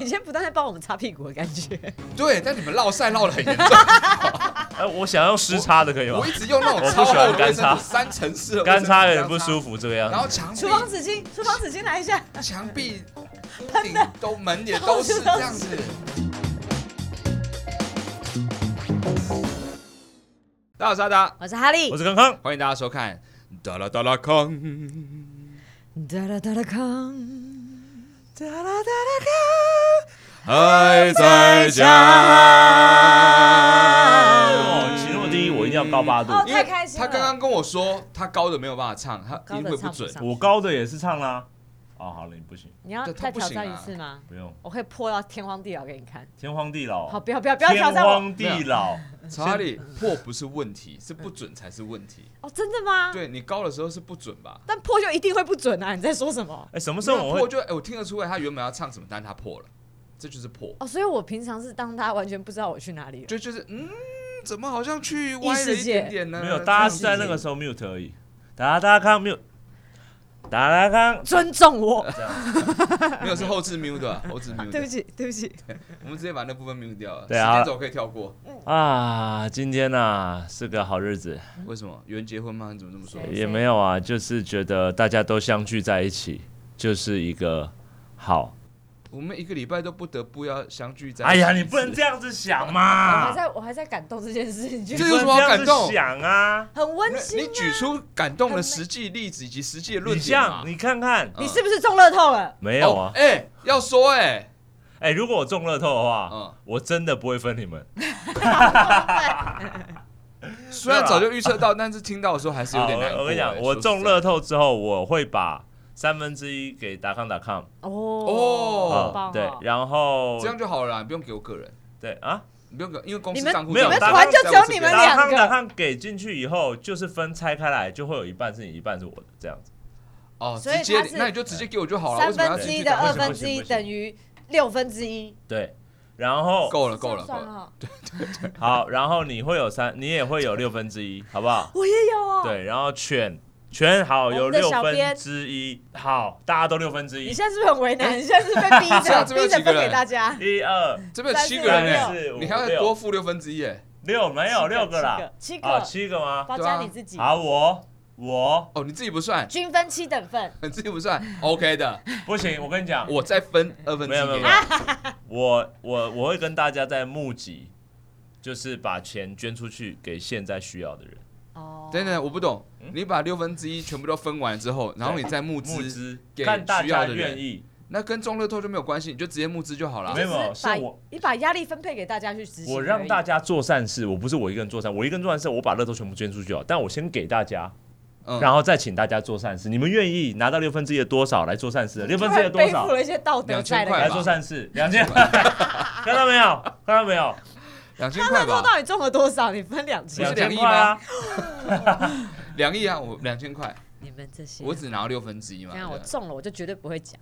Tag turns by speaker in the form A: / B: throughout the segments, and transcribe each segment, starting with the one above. A: 你今天不但在帮我们擦屁股的感觉，
B: 对，但你们落晒落的很严重，
C: 哎，我想要用湿擦的可以吗
B: 我一？直用那种
C: 我不
B: 超
C: 喜
B: 厚
C: 欢
B: 的卫
C: 干
B: 生
C: 擦
B: 纸，三层式的
C: 干擦有
B: 有
C: 点不舒
B: 服。
C: 服这个样
B: 啊然后
C: 子。
B: 墙壁
A: 厨、房纸巾，厨房纸巾来一下。
B: 墙壁、屋顶都门也都是这样子。大家好，我是阿达，
A: 我是哈利
C: 我。是康康，
B: 欢迎大家收看《哒啦哒啦康》。
A: 哒啦哒啦康，哒啦哒啦
B: 还在
C: 哦，其中的第一我一定要高八度，
A: 哦
B: 因为
A: 太开心
B: 他
A: 了
B: 刚刚跟我说他高的没有办法唱，他音
A: 高的
B: 会不
A: 唱
B: 准
A: 不。上。
C: 我高的也是唱啦。哦，好了，你不行，
A: 你要
B: 对他
A: 再
B: 不
A: 挑
B: 行
A: 战一
B: 啊
A: 次吗？
C: 不用，
A: 我会破到天荒地老给你看。
C: 天荒地
B: 哦
C: 老，
A: 好，不要不要不要挑
C: 天
A: 战我。
C: 荒地老，
B: 查理破不是问
A: 嗯
B: 题，是不准才是问题。
A: 哦，真的吗？。
B: 对你高的时候是不准吧？
A: 但破就一定会不准啊！你在说什么？
C: 哎，什么时
B: 没
C: 候
B: 有
C: 我
B: 破
C: 会？
B: 就哎、我听得出来他原本要唱什么，但是他破了，这就是破。
A: 哦，所以我平常是当他完全不知道我去哪里了。
B: 就就是嗯，怎么好像去歪了
A: 异世
B: 一
A: 界
B: 点点呢？
C: 没有，大家是在那个时候 mute 而已。哒哒康 mute，哒哒康，
A: 尊重我，
C: 这样。
B: 没有是后置 mute 的，后置 mute。啊
A: 对不，起，对不起。
B: 我们直接把那部分 mute 掉了。
C: 对啊
B: 时间轴可以跳过。
C: 啊，今天呢、是个好日子，
B: 为什么？有人结婚吗？你怎么这么说？
A: 谁
C: 也没有啊，就是觉得大家都相聚在一起，就是一个好。
B: 我们一个礼拜都不得不要相聚在。
C: 哎呀，你不能这。样子想
A: 我还
C: 嘛，
A: 在我还在感动这件事情，
B: 这
A: 就
C: 不
B: 啊有什么好
C: 能 这样
B: 感
C: 子
B: 动
C: 想啊。
A: 很温馨、
B: 你
A: 啊。
B: 你举出感动的实际例子以及实际的论
C: 你
B: 点嘛
C: 像，你看看，
A: 你是不是中乐透 了？
C: 没
B: 没
C: 有啊？
B: 哎、要说哎、
C: 哎、如果我中乐透的话，
B: 嗯
C: 我真的不会分你们。
B: 虽然早就预测到，但是听到的时候还是有
C: 好，
B: 点难
C: 啊我
B: 过、
C: 我跟你
B: 哎
C: 讲，我中乐，透之后，我会把三分之一给达康达康啊
A: 哦
B: 哦
A: 好棒
C: 对，
A: 哦
C: 然
B: 说
C: 后
B: 实在这样就好了啦，你不用给我个人，
C: 对啊，
B: 你不用给，因为公司
A: 你们
B: 账户
C: 没有
B: 在我
C: 你
B: 这
C: 们团
A: 就只有
B: 在我这
A: 你
B: 边
A: 们
C: 达
A: 两
C: 康
A: 个
C: 达康给进去以后，就是分拆开来，就会有一半是你，一半是我的这样子。
B: 哦，
A: 所以
B: 直接
A: 他是
B: 那你就直接给我就好了，
A: 三
B: 为什么要
A: 分
B: 进
A: 之
B: 去
A: 一
B: 这
A: 的
B: 样
A: 二
C: 为什么
A: 分之一等于六分之一，
C: 对，然后
B: 够了够了
A: 这样
B: 够
A: 算
B: 了，
A: 哈
C: 好，然后你会有三，你也会有六分之一，好不好？
A: 我也有哦。，
C: 对，然后犬犬好
A: 我
C: 有
A: 们的
C: 六
A: 小
C: 分
A: 编
C: 之一，好，大家都六分之
A: 你
C: 一，
A: 现在是不是很为难？你现在是不是被 逼
B: 这样
A: 着
B: 这边有
A: 逼着
B: 几个
A: 分
B: 人
A: 给大家。
C: 一二
B: 这边有七个
A: 对
C: 三
B: 人
A: 啊
B: 哎，
C: 四五
B: 你还要
C: 六
B: 多付六分之一哎，
C: 六没有六个啦，
A: 七个
C: 啊，
A: 七
C: 七个
A: 个，
C: 吗？
A: 包加你自己，
C: 好，我我
B: 哦，你自己不算，
A: 均分七等份。
B: 你自己不算，OK 的，
C: 不行，我跟你讲，
B: 我再分二分之
C: 没有没有
B: 一
C: 没有，
A: 啊
C: 我我我会跟大家在募集，就是把钱捐出去给现在需要的人，
A: 哦，
B: 等等，我不懂
C: 嗯，
B: 你把六分之一全部都分完之后，然后你再募
C: 募
B: 资，
C: 资
B: 给
C: 看大
B: 需要
C: 家
B: 的
C: 愿
B: 人
C: 意，
B: 那跟中乐透就没有关系，你就直接募资就好了
C: 没。有没有，
A: 就是把
C: 我
A: 你把压力分配给大家去执行而已。
C: 我让大家做善事，我不是我一个人做善，我一个人做善事，我把乐透全部捐出去哦，但我先给大家，
B: 嗯
C: 然后再请大家做善事。你们愿意拿到六分之一的多少来做善事？六分之一的
A: 突然
C: 多
A: 背负
C: 少
A: 了一些道德在的
B: 2000块
C: 来
A: 感觉。
C: 做善事？两千， 看到没有？看到没有？
B: 两千
A: 他
B: 块
A: 那偷
B: 吧，
A: 到底中了多少？你分两
B: 不是
A: 千
B: 两
C: 两。千
B: 亿
C: 块啊！
B: 两亿啊，我两千块，
A: 你们这些，
B: 我只拿到六分之一嘛
A: 等一。下我
B: 对
A: 中了，我就绝对不会讲。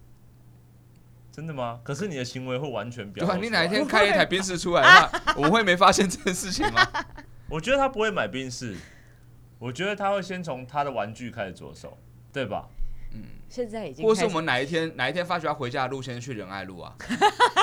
C: 真的吗？可是你的行为会完全
B: 对
C: 表露
B: 吧？
C: 出来。
B: 你哪一天开了一
A: 啊
B: 台宾士出来 的话，我们会没发现这件事情吗？
C: 我觉得他不会买冰室，我觉得他会先从他的玩具开始着手，对吧？
A: 现在已经
B: 或是
A: 开
B: 我
A: 始
B: 们哪一天哪一天发觉他回家的路线去仁爱路啊？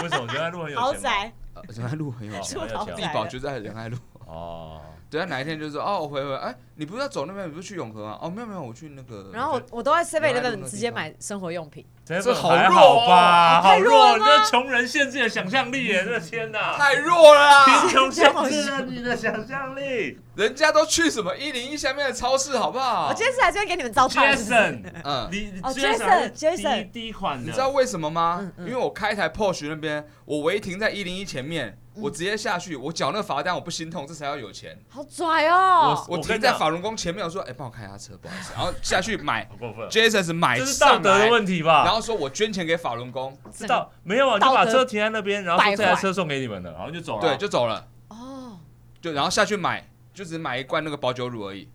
C: 为什么？我觉得他路很有钱吗
A: 豪宅
B: 呃 仁爱路很有钱，
A: 住豪宅
C: 有
B: 地
C: 钱
A: 了
B: 堡就在仁爱路。
C: 哦，
B: 对啊，哪一天就说哦，我回回，哎，你不是要走那边，你不是去永和吗？哦，没有没有，我去那个。
A: 然后我我都在 Seven
B: 原来那个
A: Eleven 直接买生活用品，
C: 这
B: 好
C: 还
B: 弱
C: 好
B: 哦嗯
C: 吧？好
A: 太弱
C: 弱！
A: 了
C: 你
A: 吗
C: 这穷人限制你的想象力耶！这天哪！
B: 太弱了啦，
C: 贫穷限制了你的想 象力。
B: 人家都去什么一零一下面的超市，好不好？
A: 我今天是来这边给你们糟蹋的。是不是
C: Jason，
B: 嗯，
C: 你你
A: 哦
C: Jason 是
A: Jason，
C: 第一第一款的，
B: 你知道为什么吗？
A: 嗯嗯
B: 因为我开一台 Porsche 那边，我违停在一零一前面，
A: 嗯
B: 我直接下去，我缴那个罚单，我不心痛，这才要有钱。
A: 好拽哦！
B: 我
C: 我跟
B: 停
C: 你
B: 在
C: 讲
B: 法轮功前面，我说：“哎、帮我开下车，不好意思。”然后下去 买
C: 好过分，
B: ，Jesus 买
C: 这是道
B: 上
C: 德的
B: 来，
C: 问题
B: 然
C: 啊吧？
B: 后说我捐钱给法轮功，
C: 知道没有啊？你就
A: 道
C: 把
A: 德
C: 车停在那边，然后说
A: 败
C: 这台
A: 坏
C: 车送给你们了，然后就走了。
B: 对，就走了，
A: 哦，
B: 就然后下去买，就只买一罐那个保酒乳 而已。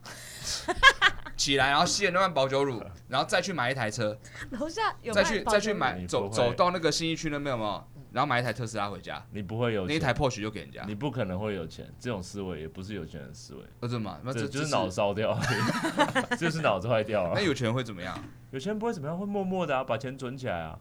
B: 起来，然后吸了那罐保酒乳，然后再去买一台车，
A: 楼下有卖
B: 再去
A: 包
B: 再去
A: 厢
B: 买，
C: 你
B: 走
C: 不会
B: 走到那个新一区那边有没有？然后买一台特斯拉回家，
C: 你不会有
B: 那一
C: 钱
B: 台 Porsche 就给人家。
C: 你不可能会有钱，这种思维也不是有钱人的思维，
B: 儿子嘛，那
C: 这
B: 啊这
C: 就
B: 这
C: 是脑烧掉而已，就是脑子坏掉 啊
B: 那
C: 了。
B: 有钱人会怎么样？
C: 有钱人不会怎么样，会默默的啊，把钱存起来啊。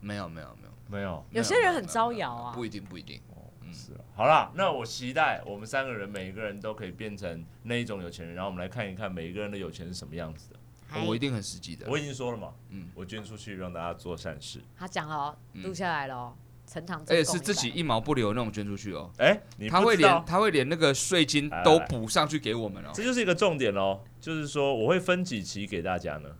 B: 没有没有没有，
C: 没有，
B: 没
A: 有些人很招摇啊
B: 不一定不一定。嗯
C: 哦，是啊。好啦，那我期待我们三个人每一个人都可以变成那一种有钱人，然后我们来看一看每一个人的有钱是什么样子的。
A: 嗨
B: 我一定很实际的。
C: 我已经说了嘛，
B: 嗯，
C: 我捐出去让大家做善事。
A: 他讲了哦，
B: 嗯
A: 录下来了哦，呈堂
B: 而且
A: 证供
B: 是自己
A: 100
B: 一毛不留那种捐出去哦，
C: 哎、你
B: 他
C: 不
B: 会
C: 知道哎
B: 连他会连那个税金
C: 来来
B: 都
C: 来
B: 补上去给我们哦。
C: 这就是一个重点喽，就是说我会分几期给大家呢，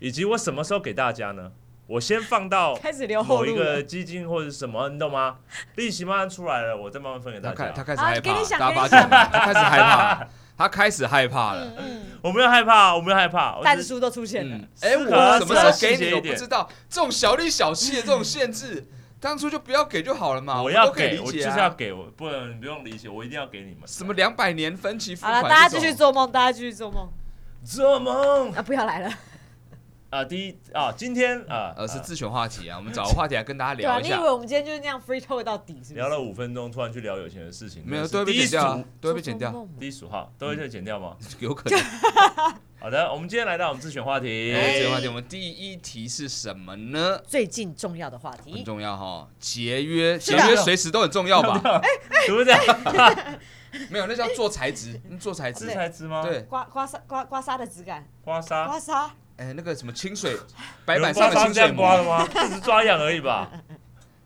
C: 以及我什么时候给大家呢？我先放到
A: 开始留后
C: 某一
A: 路
C: 个嗯
A: 了。
C: 基金或者什么，你懂吗？利息慢慢出来了，我再慢慢分给
B: 他
C: 大
B: 开
C: 家。
B: 他开始
A: 好
B: 害
A: 给你
B: 怕，
A: 想
B: 大家
A: 给你
B: 发现了吗，他开始害怕，他开始害怕 了。
A: 嗯嗯，
C: 我没有害怕，我没有害怕，我
A: 蛋
C: 只是
A: 叔都出现
B: 嗯
A: 了，，
B: 哎、
C: 适合啊
B: 我什么时候
C: 适合
B: 给
C: 细节
B: 你
C: 一
B: 我不
C: 点
B: 知道，这种小利小气的这种限制，当初就不要给就好了嘛，
C: 我
B: 啊我
C: 要
B: 都可以
C: 给，
B: 理
C: 我
B: 解
C: 就是
B: 啊。
C: 要给，我不能你不用理解，我一定要给你们。
B: 什么两百年分期付
A: 好
B: 款
A: 了，
B: 这种，
A: 大家继续做梦，大家继续做梦
C: 做梦
A: 啊！不要来了，
C: 啊？第一啊，今天啊，
B: 呃，是
C: 啊
B: 自选话题啊，我们找个话题来跟大家
A: 对啊，
B: 聊一
A: 你以
B: 下。
A: 为我们今天就是那样 free talk 到底是不是？
C: 聊了五分钟，突然去聊有钱的事情，
B: 没有，
C: 真
B: 都
C: 的
B: 会
C: 是
B: 被
C: 低
B: 剪
C: 俗
B: 掉嗯啊，都会被
A: 做
B: 剪掉，
A: 梦嘛
C: 低俗号都会被剪掉吗？
B: 有可能。
C: 好的，我们今天来到我们自选话题，
B: 哎，这个话题我们第一题是什么呢？
A: 最近重要的话
B: 很
A: 题，
B: 重要哈，节约，节
A: 是的
B: 约随时都很重 要吧？
C: 对不对？
B: 哎没有，那叫做材质，嗯做材
C: 是
B: 质。
C: 才知哎吗？，
B: 对，
A: 刮刮痧刮刮痧的质感，
C: 刮痧，
A: 刮痧
B: 哎，那个什么清 水，
C: 有
B: 白
C: 人
B: 板
C: 刮
B: 上的
C: 痧
B: 清
C: 是这
B: 水
C: 样
B: 膜，
C: 刮的吗？ 只是抓痒而已吧。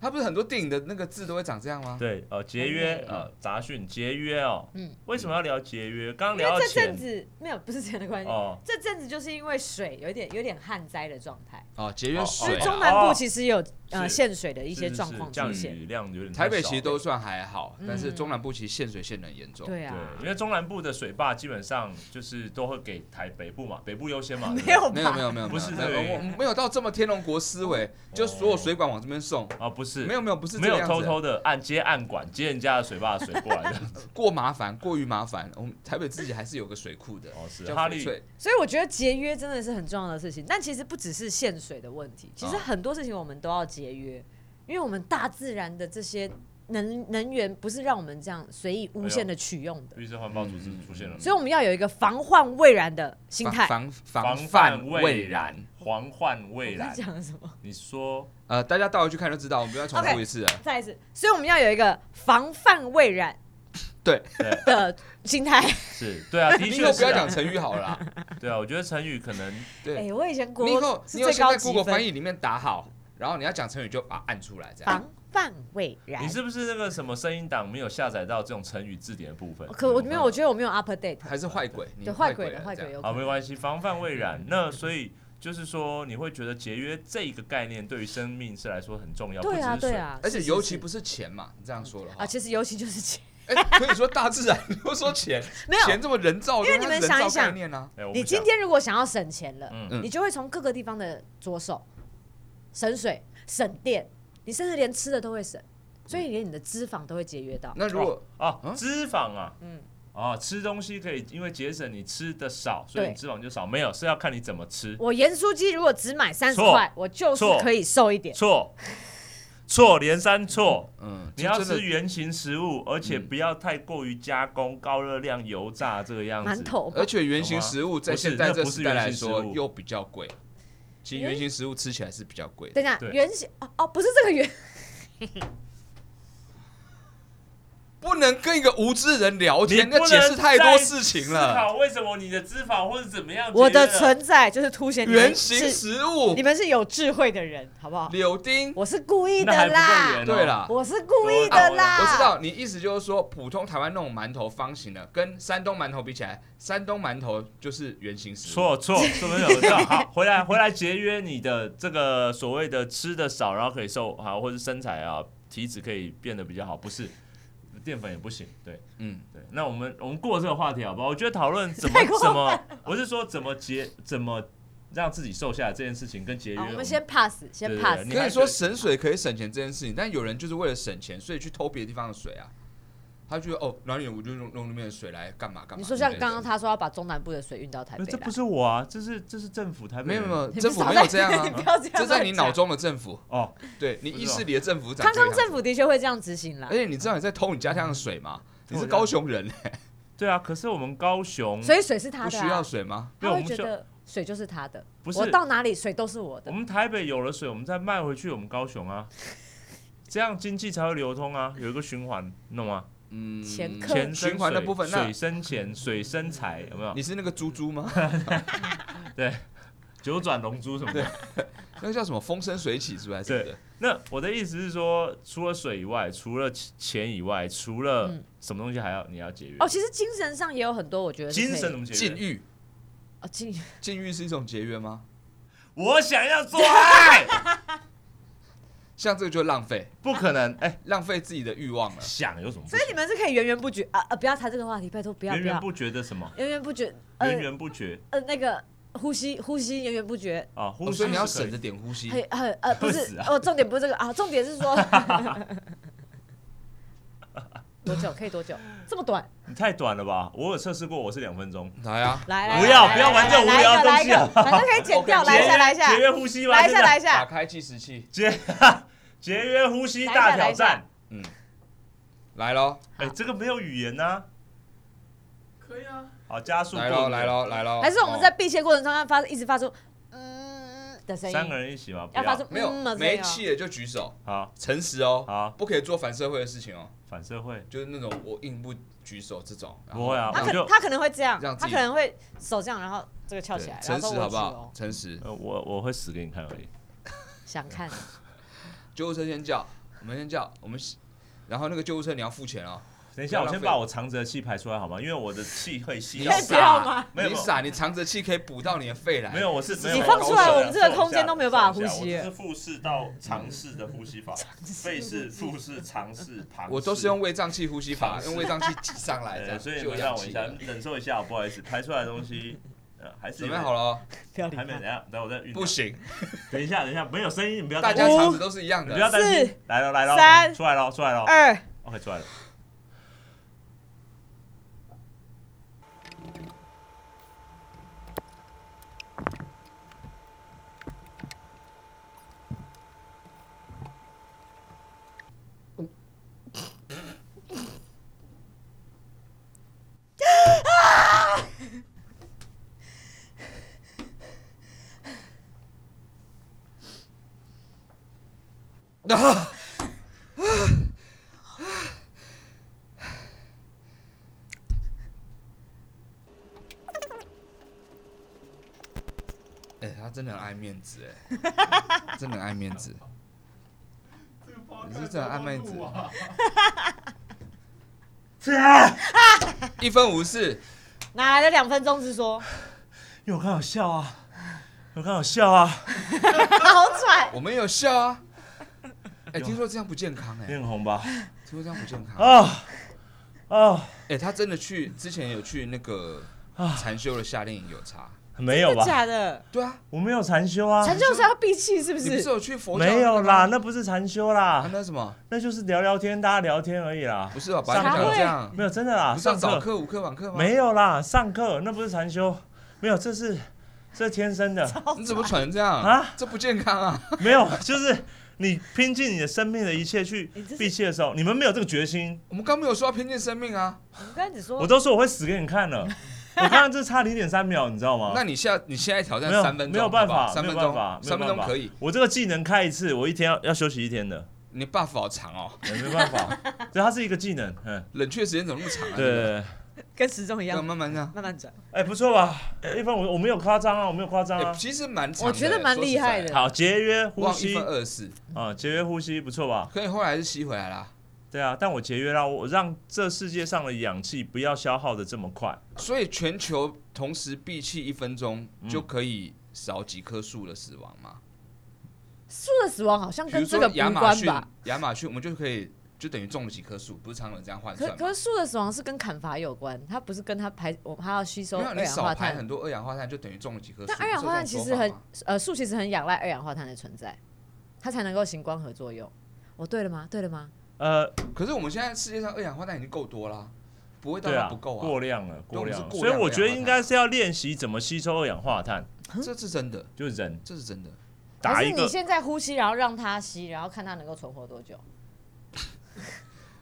B: 它不是很多电影的那个字都会长这样
A: 哦
B: 吗？
C: 对，呃，节约，呃，杂讯节约哦。
A: 嗯
C: 为什么要聊节约？刚刚
A: 因
C: 聊
A: 为
C: 到
A: 这阵
C: 钱
A: 子没有不是钱的关系，
C: 哦，
A: 这阵子就是因为水有一点有点旱灾的状态，
B: 哦，节约
C: 哦
A: 就
B: 水
A: 是
B: 啊。
A: 中南部
C: 哦
A: 其实有呃
C: 是
A: 限水的一
C: 一
A: 些状况出
C: 降
A: 现，
C: 雨量有点太
B: 台北
C: 少
B: 其实
C: 了
B: 都算还好，但是
A: 嗯
B: 中南部其实限水限的严重。
A: 对
C: 对
A: 啊，，
C: 因为中南部的水坝基本上就是都会给台北部嘛，北部优先嘛。对不
A: 没有
B: 没
C: 对
B: 有
A: 吧
B: 没？有没有，
C: 不是
B: 没有
C: 对
B: 我我没有到这么天龙国思维，就所有水管往这边送。
C: 啊，不是，
B: 没有没有，不是
C: 没
B: 这个
C: 有
B: 样
C: 偷
B: 子，
C: 偷的按接暗管接人家的水坝的水过来 的。
B: 过麻烦，过于麻烦。我们台北自己还是有个水库的，
C: 哦，是
B: 叫
C: 哈
B: 翡
C: 利，
B: 翠
A: 所以我觉得节约真的是很重要的事情，但其实不只是限水的问
C: 哦
A: 题，其实
B: 啊
A: 很多事情我们都要节约，因为我们大自然的这些能能源不是让我们这样随意无
C: 哎
A: 限的取用的，
C: 绿色环保组
B: 嗯
C: 织出现了，
A: 所以我们要有一个防患未然的心态。
B: 防防
C: 防
B: 范
C: 范
B: 未
C: 未
B: 然
C: 然。，防患未
A: 我
C: 然
A: 在。讲什么？
C: 你说
B: 呃，大家倒回去看就知道，我们不要重复
A: OK
B: 一次了。
A: 再一次，所以我们要有一个防范未然
B: 对，
C: 对
A: 的心态。
C: 是，对啊，的
B: 你以
C: 确
B: 后不
C: 是
B: 要
C: 啊
B: 讲，成语好了啦。
C: 对啊，我觉得成语可能
A: 哎、
B: 对，
A: 我以前国
B: 你以后
A: 是
B: 你以后
A: 最
B: 先
A: 高
B: 在
A: 级
B: Google 翻
A: 分
B: 译啊里面打好，然后你要讲成语就把它按出来，这样。
A: 防范未然
C: 你。是不是那个什么声音档没有下载到这种成语字典的部分？嗯
A: 可我没有，我觉得我没有 update。
B: 还是坏鬼，嗯你
A: 对，坏鬼
B: 啊
A: 的坏
B: 这
A: 鬼
B: 样
A: 有可
C: 好，没
A: 能。
C: 关系，防范未然。那所以就是说，你会觉得节约这个概念对于生命是来说很重要，
A: 对啊，
C: 不只是
A: 对
C: 水。
A: 啊，
B: 而且
A: 是
B: 尤
A: 是
B: 其
A: 是
B: 不是哦钱嘛，你这样说了哈
A: 啊，。其实尤其就是钱，
B: 哎，可以说大自然，你不说钱，
A: 没有
B: 钱这么人造的，
A: 因为你们
B: 它是人造
A: 想一想
B: 概念啊，
C: 哎我不
A: 你今
C: 讲
A: 天如果想要省钱了，
C: 嗯
B: 嗯
A: 你就会从各个地方的着手，省水、省电，你甚至连吃的都会省，所以连你的脂肪都会节约到。
B: 那如果
C: 啊
B: 嗯，
C: 脂肪啊，
A: 嗯
C: 嗯。哦，吃东西可以，因为节省你吃的少，所以
A: 对
C: 你脂肪就少。没有，是要看你怎么吃。
A: 我盐酥鸡如果只买三十
C: 错
A: 块，我就是
C: 错
A: 可以瘦一点。
C: 错，错，连三错。
B: 嗯，
C: 你要
B: 这真
C: 吃
B: 的
C: 原形食物，而且
B: 嗯
C: 不要太过于加工、高热量油炸这个样
A: 馒
C: 子。
A: 头吧，
B: 而且原型食物在
C: 哦不是
B: 现在
C: 那
B: 这
C: 不
B: 时
C: 是
B: 代
C: 原
B: 来
C: 型食
B: 说
C: 物
B: 又比较贵，其实原型食物吃起来是比较贵的。
A: 等一下
C: 对
A: 圆形哦哦，不是这个 圆，
B: 不能跟一个无知的人聊天，
C: 你
B: 要
C: 不
B: 解
C: 能
B: 释太多
C: 再
B: 事情
C: 思
B: 了。
C: 考为什么你的脂肪或者怎么样？
A: 我的
C: 觉得
A: 存在就是凸显你们
B: 原型
A: 是
B: 食物
A: 你，们是有智慧的人，好不好？
B: 柳丁，
A: 我是故意
C: 那
A: 的
C: 还不够
A: 啦
C: 圆，哦
B: 对啦。
A: 我是故意
C: 啊
A: 的啦，
B: 我知道你意思就是说，普通台湾那种馒头方形的，跟山东馒头比起来，山东馒头就是圆形食物。
C: 错错，是不是有道？好，回来回来节约你的这个所谓的吃的少，然后可以瘦好，或者身材啊体脂可以变得比较好，不是？淀粉也不行，对
B: 嗯，
C: 对。那我们我们过这个话题好不好？我觉得讨论怎么
A: 太过分
C: 怎么，我是说怎么节怎么让自己瘦下来这件事情跟节
B: 哎
C: 约，
A: 好，我们先 pass，先
C: 对对
A: pass。
C: 对你
B: 可
C: 还
B: 以
C: 是
B: 说省水可以省钱这件事情，但有人就是为了省钱，所以去偷别的地方的水啊。他觉得哦，哪里有我就用用那边的水来干嘛干嘛。
A: 你说像
B: 对
A: 刚刚他说要把中南部的水运到台北
C: 那
B: 哎
A: 来，
C: 这不是我啊，这是这是政府台
B: 没
C: 北
B: 有
C: 人
B: 没有，
A: 你
B: 政府
A: 少
B: 没有
A: 在
B: 这样
A: 你
B: 啊，
A: 不要这样，
B: 这在你脑。中的政府，
C: 哦，
B: 对你
C: 不知
B: 意
C: 道
B: 识里的政府长
A: 康
B: 这个
A: 康
B: 样
A: 政
B: 子。
A: 府的确会这样执行啦
B: 而，且你知道你在偷你家乡的啊水吗？你是
C: 偷我家
B: 高雄人，
C: 对啊，可是我们高雄，
A: 所以水是他
B: 嗯不
A: 的
B: 需要
A: 啊，
B: 水吗？
C: 对
A: 他会
C: 我们
A: 觉
C: 需要
A: 得水就是他的，
C: 不是
A: 我到哪里水都是我
C: 我
A: 的。
C: 们台北有了水，我们再卖回去我们高 雄啊，这样经济才会流通啊，有一个循环，你懂吗？
B: 嗯，
A: 前客
C: 钱生
B: 循环的
C: 水
B: 部分那
C: 水 生钱，水生财，有没有？
B: 你是那个猪猪吗？
C: 九转龙珠什么的。
B: 那个叫什么风生水起是不是？
C: 对
B: 的，
C: 那我的意思是说，除了水以外，除了钱以外，除了
A: 嗯
C: 什么东西还要你要节约？
A: 哦，其实精神上也有很多，我觉得是可以
C: 精神怎么节
B: 禁
C: 约？
B: 欲，
A: 哦，禁
B: 禁欲是一种节约吗？
C: 我想要做爱，
B: 像这个就浪费，
C: 不可能，哎、
B: 浪费自己的欲望了。
C: 想有什么不
A: 所以
C: 行？
A: 你们是可以源源不绝啊啊！不要谈这个话题，拜托不要
C: 源
A: 不
C: 源
A: 要，
C: 不绝的什么？
A: 源源不绝，呃
C: 源源不绝
A: 呃，那个呼吸呼吸源源不绝，
C: 啊！
B: 哦
C: 呼吸
B: 所以你要
C: 是可
B: 省
C: 以
B: 着点呼吸，
A: 很很呃不
C: 会
A: 是
C: 死啊
A: 哦，重点不是这个啊，重点是 说多久可以多久？这么短？
C: 你太短了吧？我有测试过，我是两分钟。
B: 来啊，
A: 来来，
C: 不要
A: 来
C: 不要玩这种
A: 来
C: 无聊的
A: 来一
C: 东西
A: 个来
C: 好
A: 一个反正可以剪掉，
B: 我
A: 来一下来一
C: 节
A: 下，
C: 约呼吸吧，
A: 来一下
C: 真的
A: 来一
B: 打
A: 下，
B: 开计时器，
C: 节节约呼吸大挑战。
B: 来喽，
C: 哎，这个没有语言呐。
B: 可以啊，
C: 好，加速
B: 来
C: 过五
B: 喽，
C: 个
B: 来，喽，来哦喽，
A: 还是我们在闭气的过程中要发一直发出嗯的声音，
C: 三个人一起嘛，不
A: 要发出
B: 哦没有
A: 嗯的声音
B: 没
A: 哦
B: 气了就举手，
C: 好
B: 诚实哦，
C: 好
B: 不可以做反社会的事情哦，
C: 反社会。
B: 就是那种我硬不举手这种，然后
C: 不会啊
A: 他
C: 我就
A: 可他可能会这样
B: 让，自
A: 他
B: 己
A: 可能会手这样，然后这个翘起来，然
B: 诚
A: 后
B: 实
A: 说我
B: 好
A: 举
B: 不好
A: 哦？，
B: 诚实，
C: 呃，我我会死给你看而已。
A: 想看，
B: 救护车先叫，我们先叫，我们先，然后那个救护车你要付钱哦，
C: 等一
B: 不要
C: 下，我
B: 浪
C: 先
B: 费
C: 把我藏着的气排出来好吗？因为我的气会吸
B: 你
C: 到
A: 要。
B: 傻
A: 不要吗
C: 没有
B: 你傻，你藏着气可以补到你的肺来，
C: 没有，我是没有
B: 你
C: 我
B: 放出来
C: 手
B: 我
C: 一下
A: 们这个
C: 手一
A: 空间
C: 下
A: 都没有办法
C: 手一下
A: 呼吸
C: 我这是腹式到尝试的呼吸法，肺式、腹式、尝试、旁
B: 我都是
C: 式
B: 用胃胀气呼吸法，
C: 尝试
B: 用胃胀气挤上来
C: 对，
B: 的，
C: 所以你
B: 就
C: 们
B: 有
C: 让
B: 氧
C: 我一
B: 气
C: 下
B: 了。
C: 忍受一下，不好意思，排出来的东西，呃，还是
B: 准
C: 有
B: 备
C: 点
B: 好了哦，
A: 不要理
C: 还没，等一
A: 他。
C: 下，等我再酝酿
B: 不，行，
C: 等一下，等一下，没有声音，你不要
B: 大
C: 担
B: 家
C: 心
B: 肠子都是一样
C: 哦你不要
B: 的。
C: 担
A: 四
C: 心，来了来了，
A: 三
C: 出来了出来了
A: 二
C: ，OK 出来了，
B: 啊哎，他真的很爱面子 哎，真的很爱面子。你是真的爱面子，
C: 啊哎
B: 一分五四，
A: 哪来的两分钟之 说？
C: 因为我刚好笑啊，我刚好笑啊，
A: 好拽！
B: 我们也有笑啊。哎，听说这样不健康哎，
C: 面红吧，
B: 听说这样不健康。
C: 啊啊，
B: 哎、他真的去之前有去那个禅修的夏令营有查，
C: 没有
A: 真的
C: 吧，
A: 假的？
B: 对啊，
C: 我没有禅修啊，
A: 陈就是要闭气是不
B: 你不是
A: 是？
B: 有去佛教
C: 没有
B: 那个吗
C: 啦，那不是禅修
B: 啊
C: 啦，
B: 那什么
C: 那就是聊聊天，大家聊天而已啦
B: 不，是啊，
C: 上
B: 白天
A: 课
B: 讲这样，
C: 没有真的啦，
B: 不是要
C: 上
B: 早
C: 课
B: 课午课晚课吗？
C: 没，有啦，上课那不是禅修，没有，这是这是天生的，
B: 你怎么喘成这样
C: 啊？
B: 这不健康啊！
C: 没有，就是你拼尽你的生命的一切去
A: 你这是
C: 闭气的时候，你们没有这个决心，
B: 我们刚没有说要偏见生命啊，
A: 我刚才只说
C: 我都说我会死给你 看了，我刚刚就差零点三秒，你知道吗？
B: 那你下你现在挑战
C: 哦没有
B: 三分钟，
C: 没有办
B: 好不
C: 法
B: 好，三
C: 没
B: 分
C: 有办法
B: 钟，，三分
C: 没有
B: 钟
C: 办法
B: 可以，。
C: 我这个技能开一次，我一天要要休息一天的，
B: 你 buff 好长哦，
C: 也没办法，这它是一个技能，嗯，
B: 冷却时间怎么那么长啊？
C: 对
B: 这
C: 对
B: 个，
C: 对。
A: 跟时钟一
B: 要
A: 样，
B: 慢慢这样。
A: 慢慢转。
C: 哎、不错吧？一分我我没有夸张啊，我没有夸张
B: 哎，
C: 啊。
B: 其实蛮长的，
A: 我觉得蛮厉害的
B: 说实在，
C: 好，节约呼
B: 哎忘一
C: 吸
B: 分二四，
C: 啊，节约呼吸不错吧？
B: 可以后来还是吸回来啦。
C: 对啊，但我节约了，我让这世界上的氧气不要消耗的这么快。
B: 所以全球同时闭气一分钟
C: 嗯
B: 就可以少几棵树的死亡嘛？
A: 树的死亡好像
B: 比
A: 跟
B: 如
A: 这
B: 说
A: 个无
B: 亚马
A: 关
B: 逊
A: 吧？，
B: 亚马逊我们就可以就等于种了几棵树，不是常有人这样换
A: 可
B: 算
A: 可
B: 吗？
A: 是树的死亡是跟砍伐有关，它不是跟它排我它要吸收
B: 没有，
A: 二
B: 你
A: 氧
B: 少
A: 化
B: 排
A: 碳
B: 很。多二氧化碳，就等于种了几棵树。
A: 但二氧化碳
B: 不是
A: 其
B: 有
A: 实
B: 这种
A: 很
B: 说法吗
A: 呃，树其实很仰赖二氧化碳的存在，它才能够行光合作用。我对了吗？对了吗？
C: 呃，
B: 可是我们现在世界上二氧化碳已经够多啦，不会到
C: 对
B: 它
C: 啊，
B: 不够
C: 过
B: 啊，
C: 量了，
B: 对我
C: 过
B: 们
C: 量
B: 是
C: 了。
B: 过
C: 所以
B: 量
C: 我
B: 二
C: 觉得
B: 氧化
C: 应
B: 碳
C: 该是要练习怎么吸收二氧化碳，
B: 这是真的，
C: 就是人
B: 这是 真的。
C: 打
A: 还是
C: 一
A: 你
C: 个。
A: 现在呼吸，然后让它吸，然后看它能够存活多久？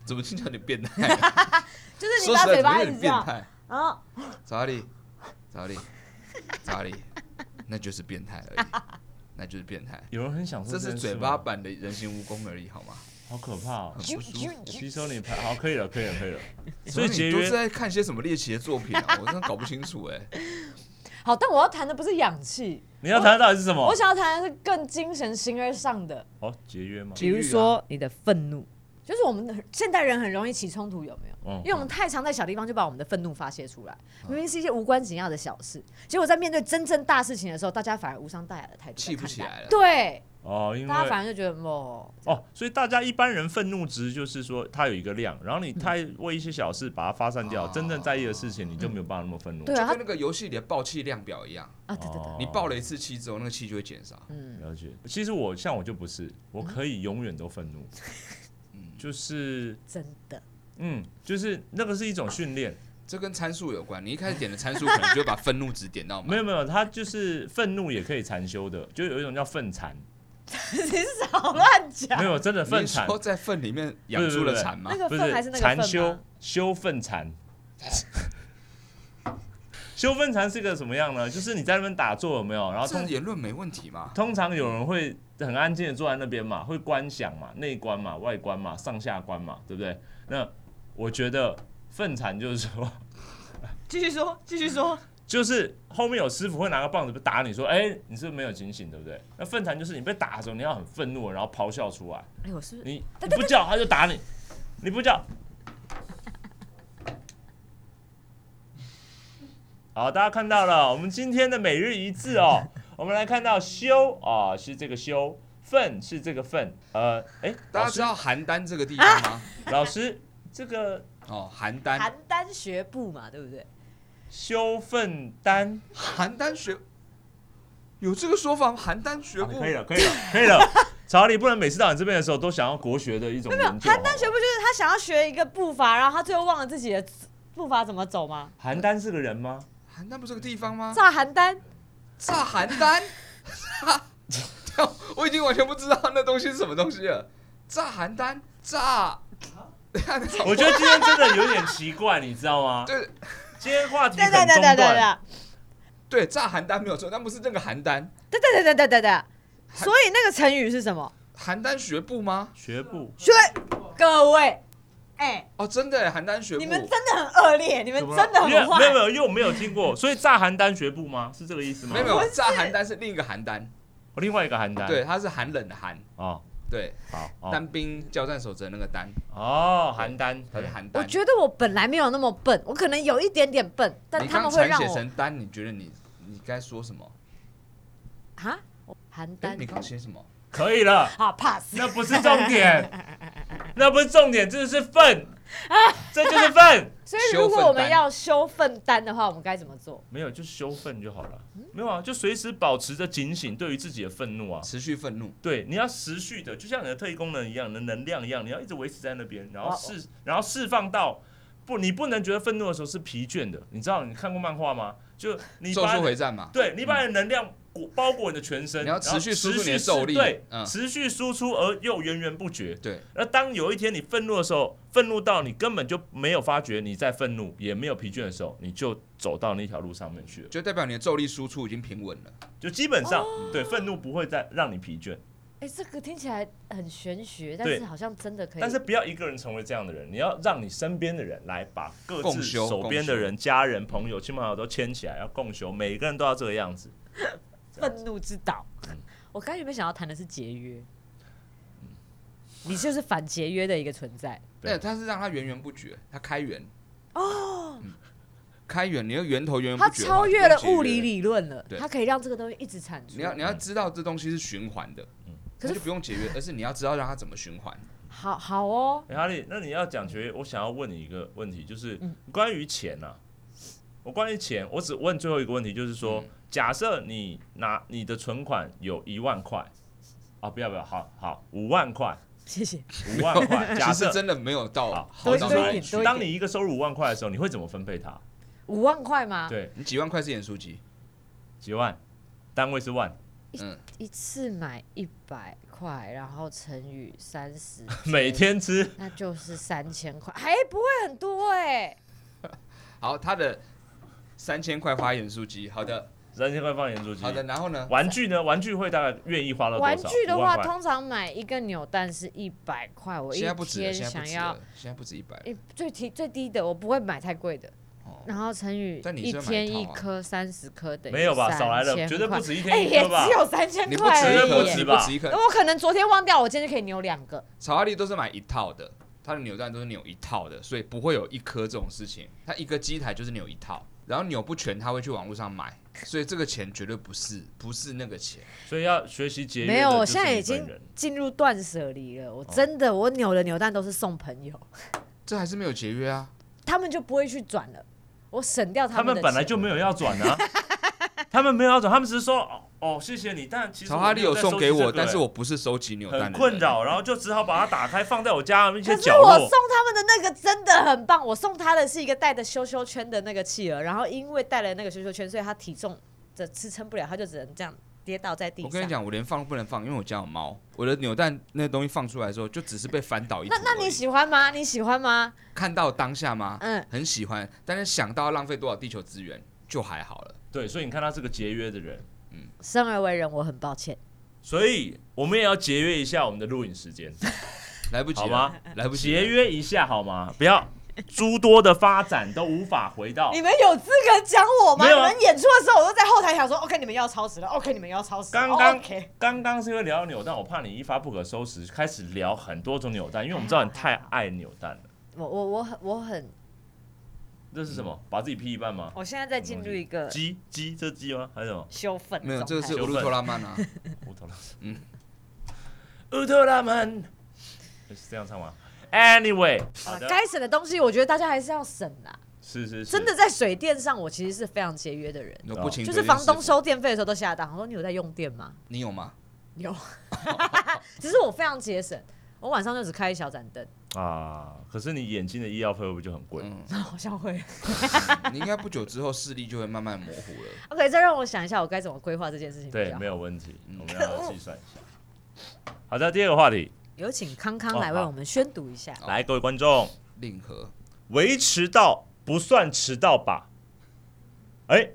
B: 怎么听起来有点变态？啊
A: 就是你
B: 说
A: 把
B: 实在
A: 嘴
B: 怎么
A: 巴
B: 有
A: 一直这
B: 点变
A: 样，
B: 态？
A: 然后
B: 查理，查理，查理，那就是变态而已，那就是变态。
C: 有人很享受
B: 这
C: 件事
B: 是嘴
C: 吗，
B: 巴版的人形蜈蚣而已，好吗？
C: 好可怕哦！
A: 嗯
B: 很不舒服。
C: 吸收你排好，可以了，可以了，可以 了。所以
B: 你
C: 节
B: 都是
C: 约
B: 在看些什么猎奇的作品啊？我真的搞不清楚 哎、
A: 好，但我要谈的不是氧气，
C: 你要谈的到底是什么
A: 我？想要谈的是更精神形而上的，
C: 哦，节约吗？
A: 比如说你的愤怒，就是我们的现代人很容易起冲突，有没有？
C: 嗯
A: 因为我们太常在小地方就把我们的愤怒发泄出来，明明是一些无关紧要的小事，结果在面对真正大事情的时候，大家反而无伤大雅的态度在
B: 气不
A: 看
B: 起
A: 待
B: 来了
A: 对，
C: 哦，因为
A: 大家反而就觉得哦，
C: 哦，所以大家一般人愤怒值就是说，它有一个量，然后你太为一些小事把它发散掉，
B: 哦
C: 真正在意的事情你就没有办法那么愤怒。
A: 啊对
B: 就
A: 啊，
B: 跟
A: 他
B: 那个游戏里的爆气量表一样，
A: 啊，对对对，
C: 哦
B: 你爆了一次气之后，那个气就会减少。
A: 嗯，
C: 了解。其实我像我就不是，我可以永远都愤怒，
A: 嗯
C: 就是
A: 真的，
C: 嗯，就是那个是一种训练。
B: 这跟参数有关，你一开始点的参数可能就会把愤怒值点到满
C: 没有没有，它就是愤怒也可以禅修的，就有一种叫 愤禅，
A: 你少乱讲
C: 没，有真的愤
B: 你是
C: 禅
B: 说，在粪里面养出了蚕吗
A: 那？个
C: 不
A: 愤还是那个
C: 禅
A: 愤啊
C: 修
A: 吗？
C: 修愤禅。 修愤禅是个什么样呢？就是你在那边打坐有没有？然后
B: 这
C: 通
B: 言论没问题嘛？
C: 通常有人会很安静的坐在那边嘛，会观想嘛，内观嘛，外观嘛，上下观嘛，对不对？那我觉得粪禅就是说，
A: 继续说，继续说，
C: 就是后面有师傅会拿个棒子打你说，哎、你是不是没有警醒，对不对？那粪禅就是你被打的时候，你要很愤怒，然后咆哮出来，
A: 哎，我是不是
C: 你你不叫他就打你，你不叫。好，大家看到了，我们今天的每日一字哦，我们来看到修啊、是这个修，愤是这个愤，呃，哎，
B: 大
C: 老
B: 家知
C: 师
B: 道邯郸这个地方吗？
C: 老师这个
B: 哦，邯郸，
A: 啊邯郸学步嘛，对不对？
C: 修粪丹，
B: 邯郸学有这个说法吗？邯郸学
C: 啊
B: 过，
C: 可以了，可以了，可以了。曹你不能每次到你这边的时候都想要国学的一种
A: 没有，
C: 研究。啊哦
A: 邯郸学步就是他想要学一个步伐，然后他最后忘了自己的步伐怎么走吗？
C: 邯郸是个人吗？
B: 邯郸不是个地方吗？
A: 炸邯郸，
B: 炸邯郸，炸， 我已经完全不知道那东西是什么东西了。啊炸邯郸，炸，
C: 我觉得今天真的有点奇怪，你知道吗？
B: 对
C: 今天话题
A: 对
C: 很
A: 对对
C: 中
A: 对对
C: 断。
A: 对
B: 对，炸邯郸没有错，但不是那个邯郸，
A: 对对对对对对，所以那个成语是什么？
B: 邯郸学步吗？
C: 学步
A: 学各位，哎，
B: 哦，真的耶，邯郸学步
A: 你，们真的很恶劣，你们真的很
C: 没有没有没
A: 坏。
C: 有，因为我没有听过，所以炸邯郸学步吗？是这个意思吗？
B: 没有没有，炸邯郸是另一个邯郸，
C: 我另外一个邯郸。
B: 对，它是寒冷的寒，
C: 哦，
B: 对，
C: 好哦
B: 单兵交战守则那个单，
C: 哦，邯郸，
B: 它是邯
A: 我
B: 郸。
A: 觉得我本来没有那么笨，我可能有一点点笨，但
B: 你
A: 他
B: 刚
A: 们会
B: 才
A: 让
B: 写
A: 我
B: 成单，你觉得你你该说什么？
A: 啊，我邯
B: 哎，你
A: 郸
B: 刚写什么？
C: 可以了，
A: 啊 pass，
C: 那不是重 点，那不是重点，这就是粪，这就是粪。
A: 所以如果我们要修粪丹的话，我们该怎么做？
C: 没有，就羞愤就好了。没有啊，就随时保持着警醒，对于自己的愤怒啊。
B: 持续愤怒，
C: 对，你要持续的，就像你的特异功能一样，你的能量一样，你要一直维持在那边，然后
A: 哇
B: 哦
C: 释，然后释放到不，你不能觉得愤怒的时候是疲倦的。你知道你看过漫画吗？就你
B: 咒
C: 把
B: 术
C: 你
B: 回战嘛，
C: 对你把你的能量裹包裹你的全身，
B: 嗯你要
C: 然后
B: 持续输出
C: 持
B: 你的
C: 释
B: 咒力
C: 对，
B: 嗯
C: 持续输出而又源源不绝。
B: 对，
C: 而当有一天你愤怒的时候，愤怒到你根本就没有发觉你在愤怒，也没有疲倦的时候，你就走到那条路上面去了。
B: 就代表你的咒力输出已经平稳了。
C: 就基本上、
B: 哦
C: 对愤怒不会再让你疲倦，
A: 哎，这个听起来很玄学，但
C: 对
A: 是好像真的可以。
C: 但是不要一个人成为这样的人，你要让你身边的人来把各
B: 共
C: 自
B: 修
C: 手边的人、家人、朋友、亲朋好友都牵起来，要共修，每个人都要这个样子。
A: 愤怒之岛。我刚原本想要谈的是节约，你就是反节约的一个存在。
C: 对
B: 对，它是让它源源不绝，它开源。哦，开源，你的源头源源
A: 它
B: 不绝的话。
A: 超越了物理理论了
B: 对，
A: 它可以让这个东西一直产
B: 你
A: 出
B: 就不用节约。。你要你要知道这东西是循环的，
A: 可是
B: 可是就不用节约，而是你要知道让它怎么循环。
A: 好好哦，
C: 欸、哈利，那你要讲学，我想要问你一个问题，就是
A: 嗯
C: 关于钱啊。我关于钱，我只问最后一个问题，就是说，
B: 嗯
C: 假设你拿你的存款有一万块，啊，不要不要，好好五万块，
A: 谢谢。
C: 五万
A: 嗯
C: 块，假
B: 其实
C: 设
B: 真的没有到
C: 好
B: 好到哪
A: 多一
B: 里
A: 点
B: 去
A: 多一。点
C: 当你一个收入五万块的时候，你会怎么分配它？
A: 五万块吗？，
C: 对，
B: 你几万块是演书机，
C: 几万，单位是万，，
B: 嗯，
A: 一次买一百块，然后乘以三 十
C: 每天吃。
A: 那就是三千块，哎，不会很多哎、
B: 好，他的三千块花演书机，好的，
C: 三千块放盐酥鸡
B: 好。的，然后呢？
C: 玩具呢？玩具会大概愿意花到多少？
A: 玩具的
C: 五
A: 话，
C: 万块
A: 通常买一个扭蛋是一百块，我一
B: 现在不止
A: 天
B: 了，现在不
A: 想
B: 止
A: 要
B: 了，现在不止一百。
A: 一最低最低的，我不会买太贵的。
B: 哦，
A: 然后乘以
B: 但你
A: 一
B: 是买
A: 天
B: 一
A: 一
B: 套啊
A: 颗三十颗等于
C: 没有吧？
A: 3000
C: 少来了，
A: 块
C: 绝对不。止一
A: 哎，
C: 天一
A: 也
C: 颗吧
A: 只？有三千
B: 你不
A: 块
B: 止
A: 而
B: 一颗，
A: 已
C: 止
B: 你
A: 耶。
B: 不止一颗。
A: 我可能昨天忘掉，我今天就可以扭两个。
B: 曹阿力都是买一套的，他的扭蛋都是扭一套的，所以不会有一颗这种事情。他一个机台就是扭一套，然后扭不全他会去网络上买，所以这个钱绝对不是不是那个钱。
C: 所以要学习节约的
A: 没有，我
C: 就是
A: 现在
C: 你
A: 已经
C: 本人哦
A: 进入断舍离了。我真的，我扭的扭蛋都是送朋友，
B: 这还是没有节约啊！
A: 他们就不会去转了。我省掉
C: 他
A: 们
C: 们
A: 的
C: 本来
A: 钱
C: 就没有要转啊， 他们没有要转，他们只是说哦哦谢谢你，但其实
B: 曹阿力有
C: 没在收
B: 送
C: 集
B: 给
C: 这
B: 我，
C: 个
B: 但
C: 欸
B: 是我不是收集扭蛋的
C: 很
B: 人
C: 困扰，。然后就只好把它打开放在我家一些
A: 可是
C: 角
A: 我
C: 落
A: 送。他们的那个真的很棒，我送他的是一个带着羞羞圈的那个企鹅，然后因为带了那个羞羞圈，所以他体重这支撑不了，他就只能这样跌倒在地上。
B: 我跟你，讲，我连放都不能放，因为我家有猫，我的扭蛋那东西放出来的时候，就只是被翻倒一坨
A: 那
B: 而已。
A: 那你喜欢吗？你喜欢吗？
B: 看到当下吗？
A: 嗯，
B: 很喜欢，但是想到要浪费多少地球资源，就还好了。
C: 对，所以你看他是个节约的人，
A: 生而为人，我很抱歉。
C: 所以我们也要节约一下我们的录影时间，
B: 来不及
C: 好
B: 了，
C: 吗？
B: 来不及了。
C: 节约一下好吗？不要诸多的发展都无法回到
A: 哦 你。们有资格讲我吗？
C: 没有
A: 你
C: 啊
A: 们演出的时候，我都在后台想说，OK，你们又要超时了，OK，你们又要超时了。哦
C: 刚刚
A: OK，
C: 刚刚是因为聊到扭蛋，我怕你一发不可收拾，开始聊很多种扭蛋，因为我们知道你太爱扭蛋了。
A: 我我我很我很，
C: 这是什么？把自己劈一半吗？
A: 我现在在嗯进入一个
C: 鸡鸡，这是鸡吗？还是什么？
A: 羞愤的
B: 没有，这个是
A: 状态
B: 乌鲁托拉曼啊，
C: 乌特拉，
B: 嗯
C: 嗯，乌特拉曼，是这样唱吗？Anyway，
A: 好
C: 好
A: 了
C: 的，
A: 该省的东西，我觉得大家还是要省啦。
C: 是是是，
A: 真的在水电上，我其实是非常节约的人。
B: 我
C: 哦
B: 不清。
A: 就是房东，收电费的时候都吓到，我说你有在用电吗？
B: 你有吗？
A: 有，只是我非常节省，我晚上就只开一小盏灯，
C: 啊。可是你眼睛的医药费会不会就很贵？
B: 嗯，
A: 好像会。
B: 你应该不久之后视力就会慢慢模糊了。
A: OK，再让我想一下，我该怎么规划这件事情比
C: 对
A: 较，好
C: 没。有问题，
B: 嗯
C: 我们要计算一下。好的，第二个话题，
A: 有请康康来为我们宣读一下。
B: 好
C: 来各位观众，
B: 令和，
C: 维持到不算迟到吧？哎，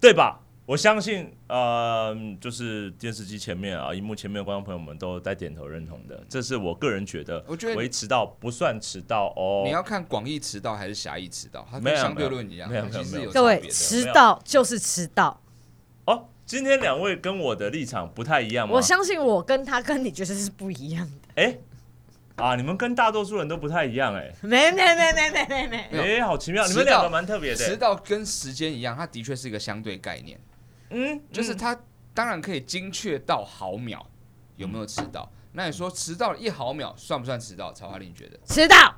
C: 对吧？我相信，呃，就是电视机前面啊，荧幕前面的观众朋友们都在点头认同的，这是我个人觉得，
B: 我觉得
C: 维持到不算迟到哦。
B: 你要看广义迟到还是狭义迟到，它
C: 没
B: 跟
C: 有
B: 相对论一样，
C: 没有没有
B: 其实
C: 没有
B: 有
A: 各
B: 差
A: 位，
B: 别的。
A: 迟到就是迟到。
C: 哦，今天两位跟我的立场不太一样吗？
A: 我相信我跟他跟你绝对是不一样的。
C: 哎、啊，你们跟大多数人都不太一样哎、
A: 没没没没没没没，
B: 没有
C: 哎、好奇妙，
B: 迟到
C: 你们两个蛮特别的、
B: 迟到跟时间一样，它的确是一个相对概念，
C: 嗯，
B: 就是
C: 嗯
B: 它当然可以精确到毫秒有没有迟到。那你说迟到一毫秒算不算迟到？曹华林觉得
A: 迟到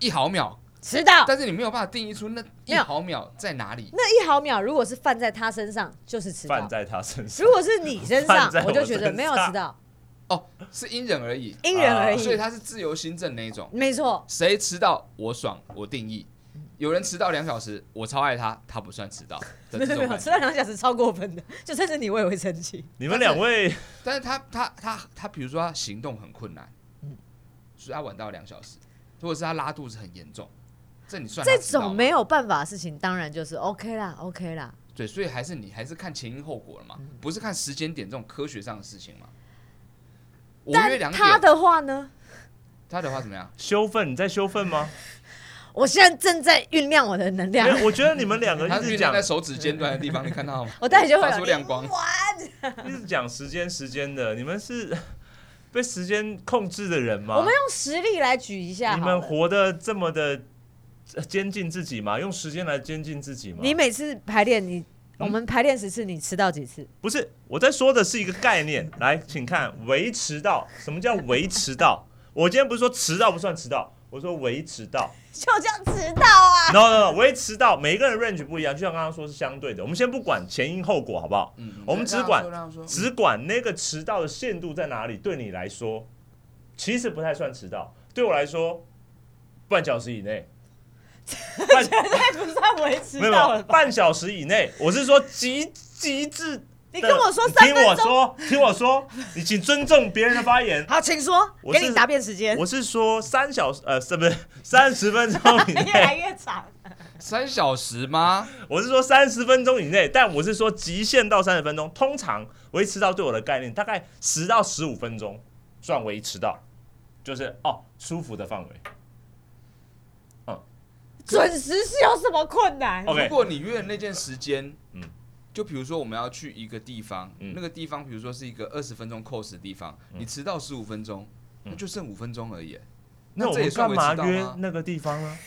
B: 一毫秒，
A: 迟到。
B: 但是你没有办法定义出那
A: 啊
B: 一
A: 没有
B: 毫秒在哪里。
A: 那一毫秒如果是犯在他身上，就是迟到
C: 犯；在他身上
A: 如。果是你身上
C: 犯在，我
A: 我就觉得没有迟
C: 身
A: 到，
B: 哦，是因人而异，
A: 因人而
C: 啊
A: 异。
B: 所以它是自由新政那一种，
A: 没错，
B: 谁迟到我爽，我定义。有人迟到两小时，我超爱他，他不算迟到 的
A: 没
B: 这
A: 有
B: 种
A: 没有，
B: 感
A: 迟到
B: 觉。
A: 两小时超过分的，就甚至你我也会生气。
C: 你们两位
B: 但是他他他他，比如说他行动很困难，
A: 嗯
B: 所以他晚到两小时，或者是他拉肚子很严重，这你啊算他
A: 这
B: 迟到吗
A: 种没有办法的事情，当然就是 OK 啦，OK 啦。
B: 对，所以还是你还是看前因后果了
A: 嗯
B: 嘛，不是看时间点这种科学上的事情嘛。我约
A: 但
B: 两
A: 他
B: 点，
A: 的话呢，
B: 他的话怎么样？
C: 羞 愤，你在羞愤吗？
A: 我现在正在酝酿我的能量
C: 没，有，啊我觉得你们两个
B: 他
C: 一
B: 是
C: 直
B: 运
C: 讲
B: 在，手指尖端的地方，你看到吗？
A: 我待会就会
B: 发
A: 有
B: 出亮光。
C: 一直讲时间时间的，你们是被时间控制的人吗？
A: 我们用实力来举一下
C: 你
A: 好
C: 们
A: 了。
C: 活得这么的呃监禁自己吗？用时间来监禁自己吗？
A: 你每次排练，你我们排练十次，你迟到几次？
C: 不是，我在说的是一个概念。来，请看维持到，什么叫维持到？我今天不是说迟到不算迟到，我说维持到。
A: 就这样迟到啊！
C: no no no，维持到每一个人 range 不一样，就像刚刚说是相对的。我们先不管前因后果，好不好？
B: 嗯
C: 我们只管
B: 让他说让他说
C: 只管那个迟到的限度在哪里，对你来说，其实不太算迟到。对我来说，半小时以内，半
A: 那不算维持
C: 没有
A: 到
C: 没
A: 了
C: 有
A: 吧？
C: 半小时以内，我是说极极致的。
A: 你跟我说
C: 你
A: 三
C: 听我
A: 分钟，
C: 说，听我说，你请尊重别人的 发言。
A: 好，请说，
C: 我
A: 给
C: 是
A: 你答辩时间，
C: 我是说三小时，呃，是不是三十分钟以
A: 越来
C: 内？
A: 越长。
B: 三小时吗？
C: 我是说三十分钟以内，但我是说极限到三十分钟。通常维持到对我的概念，大概十到十五分钟算维持到，就是哦舒服的范围。
A: 准时是有什么困难
B: 如
C: OK
B: 果你约的那件时间，
C: 嗯
B: 嗯，就比如说我们要去一个地方，
C: 嗯
B: 那个地方比如说是一个二十分钟 cos 的地方，你迟到十五分钟，
C: 嗯
B: 那就剩五分钟而已。
C: 那我
B: 这也
C: 们
B: 算
C: 干
B: 维
C: 嘛
B: 持到
C: 约
B: 吗
C: 那个地方呢？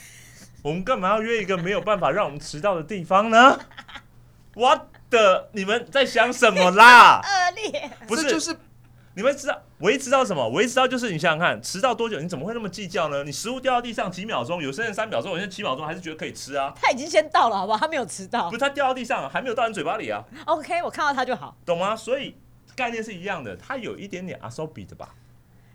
C: 我们干嘛要约一个没有办法让我们迟到的地方呢？我的，你们在想什 么啦？
A: 恶劣，
C: 不是
B: 这就是
C: 你们知道维持到什么？维持到就是你想想看，迟到多久？你怎么会那么计较呢？你食物掉到地上几秒钟，有些人三秒钟，有些人七秒钟，还是觉得可以吃啊。
A: 他已经先到了，好不好？他没有迟到
C: 不。是它掉到地上，还没有到你嘴巴里啊，
A: OK，我看到他就好。
C: 懂吗？所以概念是一样的，它有一点点阿 s o b 的吧？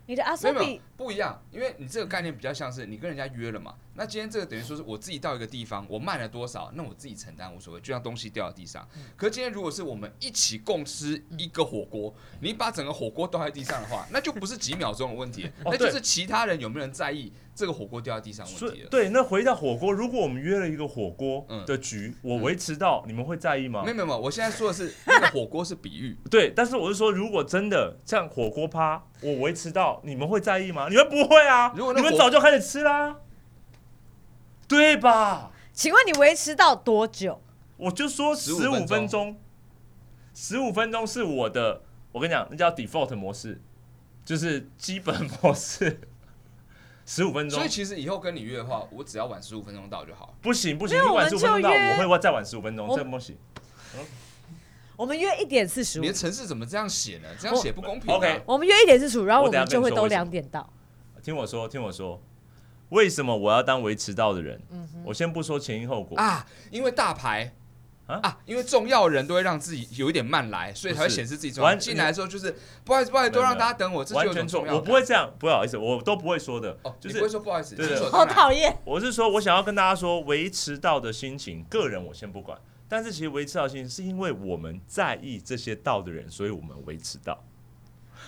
A: 你啊的阿
B: 没
A: 苏
B: 有没有
A: 比
B: 不一样，因为你这个概念比较像是你跟人家约了嘛。那今天这个等于说是我自己到一个地方，我慢了多少，那我自己承担无所谓，就像东西掉到地上。可是今天如果是我们一起共吃一个火锅，
C: 嗯
B: 你把整个火锅倒在地上的话，那就不是几秒钟的问题，那
C: 哦对
B: 就是其他人有没有人在意这个火锅掉到地上的
C: 所
B: 问题
C: 以
B: 了。
C: 对，那回到火锅，如果我们约了一个火锅
B: 嗯
C: 的局，我维持到，你们会在意吗
B: 没？有没有没有，我现在说的 是那个火锅是比喻，
C: 对，但是我是说，如果真的像火锅趴，我维持到，你们会在意吗？你们不会啊，
B: 如果
C: 你
B: 那
C: 们
B: 火
C: 早就开始吃啦，对吧？
A: 请问你维持到多久？
C: 我就说十
B: 15分
C: 五
B: 钟
C: 分钟，十五分钟是我的，我跟你讲，那叫 default 模式，就是基本 模式，十五分钟
B: 所以。其实以后跟你约的话，我只要晚十五分钟到就好了。
C: 不行不行，
A: 没有
C: 你晚
A: 我
C: 十
A: 们
C: 五分钟到，
A: 就约
C: 我会再晚十五分钟，
A: 我
C: 这不行。
A: 我们约一点四十五
B: 你的，城市怎么这样写呢？这样写不公平、啊。
C: OK
A: 我们约一点四十五，然后我
C: 我等下
A: 们
C: 跟
A: 就
C: 你
A: 会
C: 说
A: 都
C: 为什么
A: 两点到。
C: 听我说，听我说，为什么我要当维持到的人？我先不说前因后果，
B: 嗯啊，因为大牌
C: 啊
B: 啊因为重要人都会让自己有一点慢来，所以才会显示自己重
C: 不
B: 要。
C: 是完
B: 进来的时候就是不好意思，不好意思，多让大家等我，这就
C: 完
B: 有
C: 全
B: 种
C: 错
B: 重，要
C: 我
B: 感。
C: 不会这样，不好意思，我都不会说的。
B: 哦，
C: 就
B: 你不会
C: 是
B: 说不好意思，
C: 对
B: 理所
A: 好
B: 当然
A: 讨厌，
C: 我是说，我想要跟大家说，维持到的心情，个人我先不管，但是其实维持到的心情，是因为我们在意这些道的人，所以我们维持到。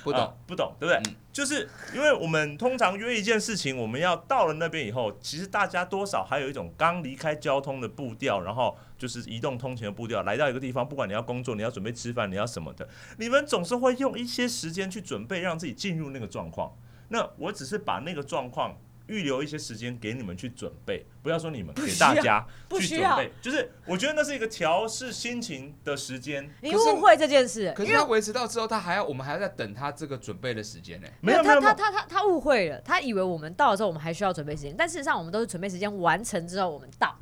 B: 不懂
C: 啊。不懂，对不对？
B: 嗯
C: 就是因为我们通常约一件事情，我们要到了那边以后，其实大家多少还有一种刚离开交通的步调，然后就是移动通勤的步调，来到一个地方，不管你要工作，你要准备吃饭，你要什么的，你们总是会用一些时间去准备，让自己进入那个状况。那我只是把那个状况。预留一些时间给你们去准备，不要说你们
A: 不
C: 给
A: 需要
C: 大家
A: 不
C: 去
A: 需
C: 准
A: 要
C: 备，就是我觉得那是一个调试心情的时间。
A: 你
B: 可是
A: 误会这件事，
B: 可是
A: 因
B: 他
A: 为
B: 维持到之后，他还要我们还要再等他这个准备的时间呢、
C: 没有没
A: 他
C: 有没
A: 他
C: 有，
A: 他他他误会了，他以为我们到了之后我们还需要准备时间，但事实上我们都是准备时间完成之后我们到。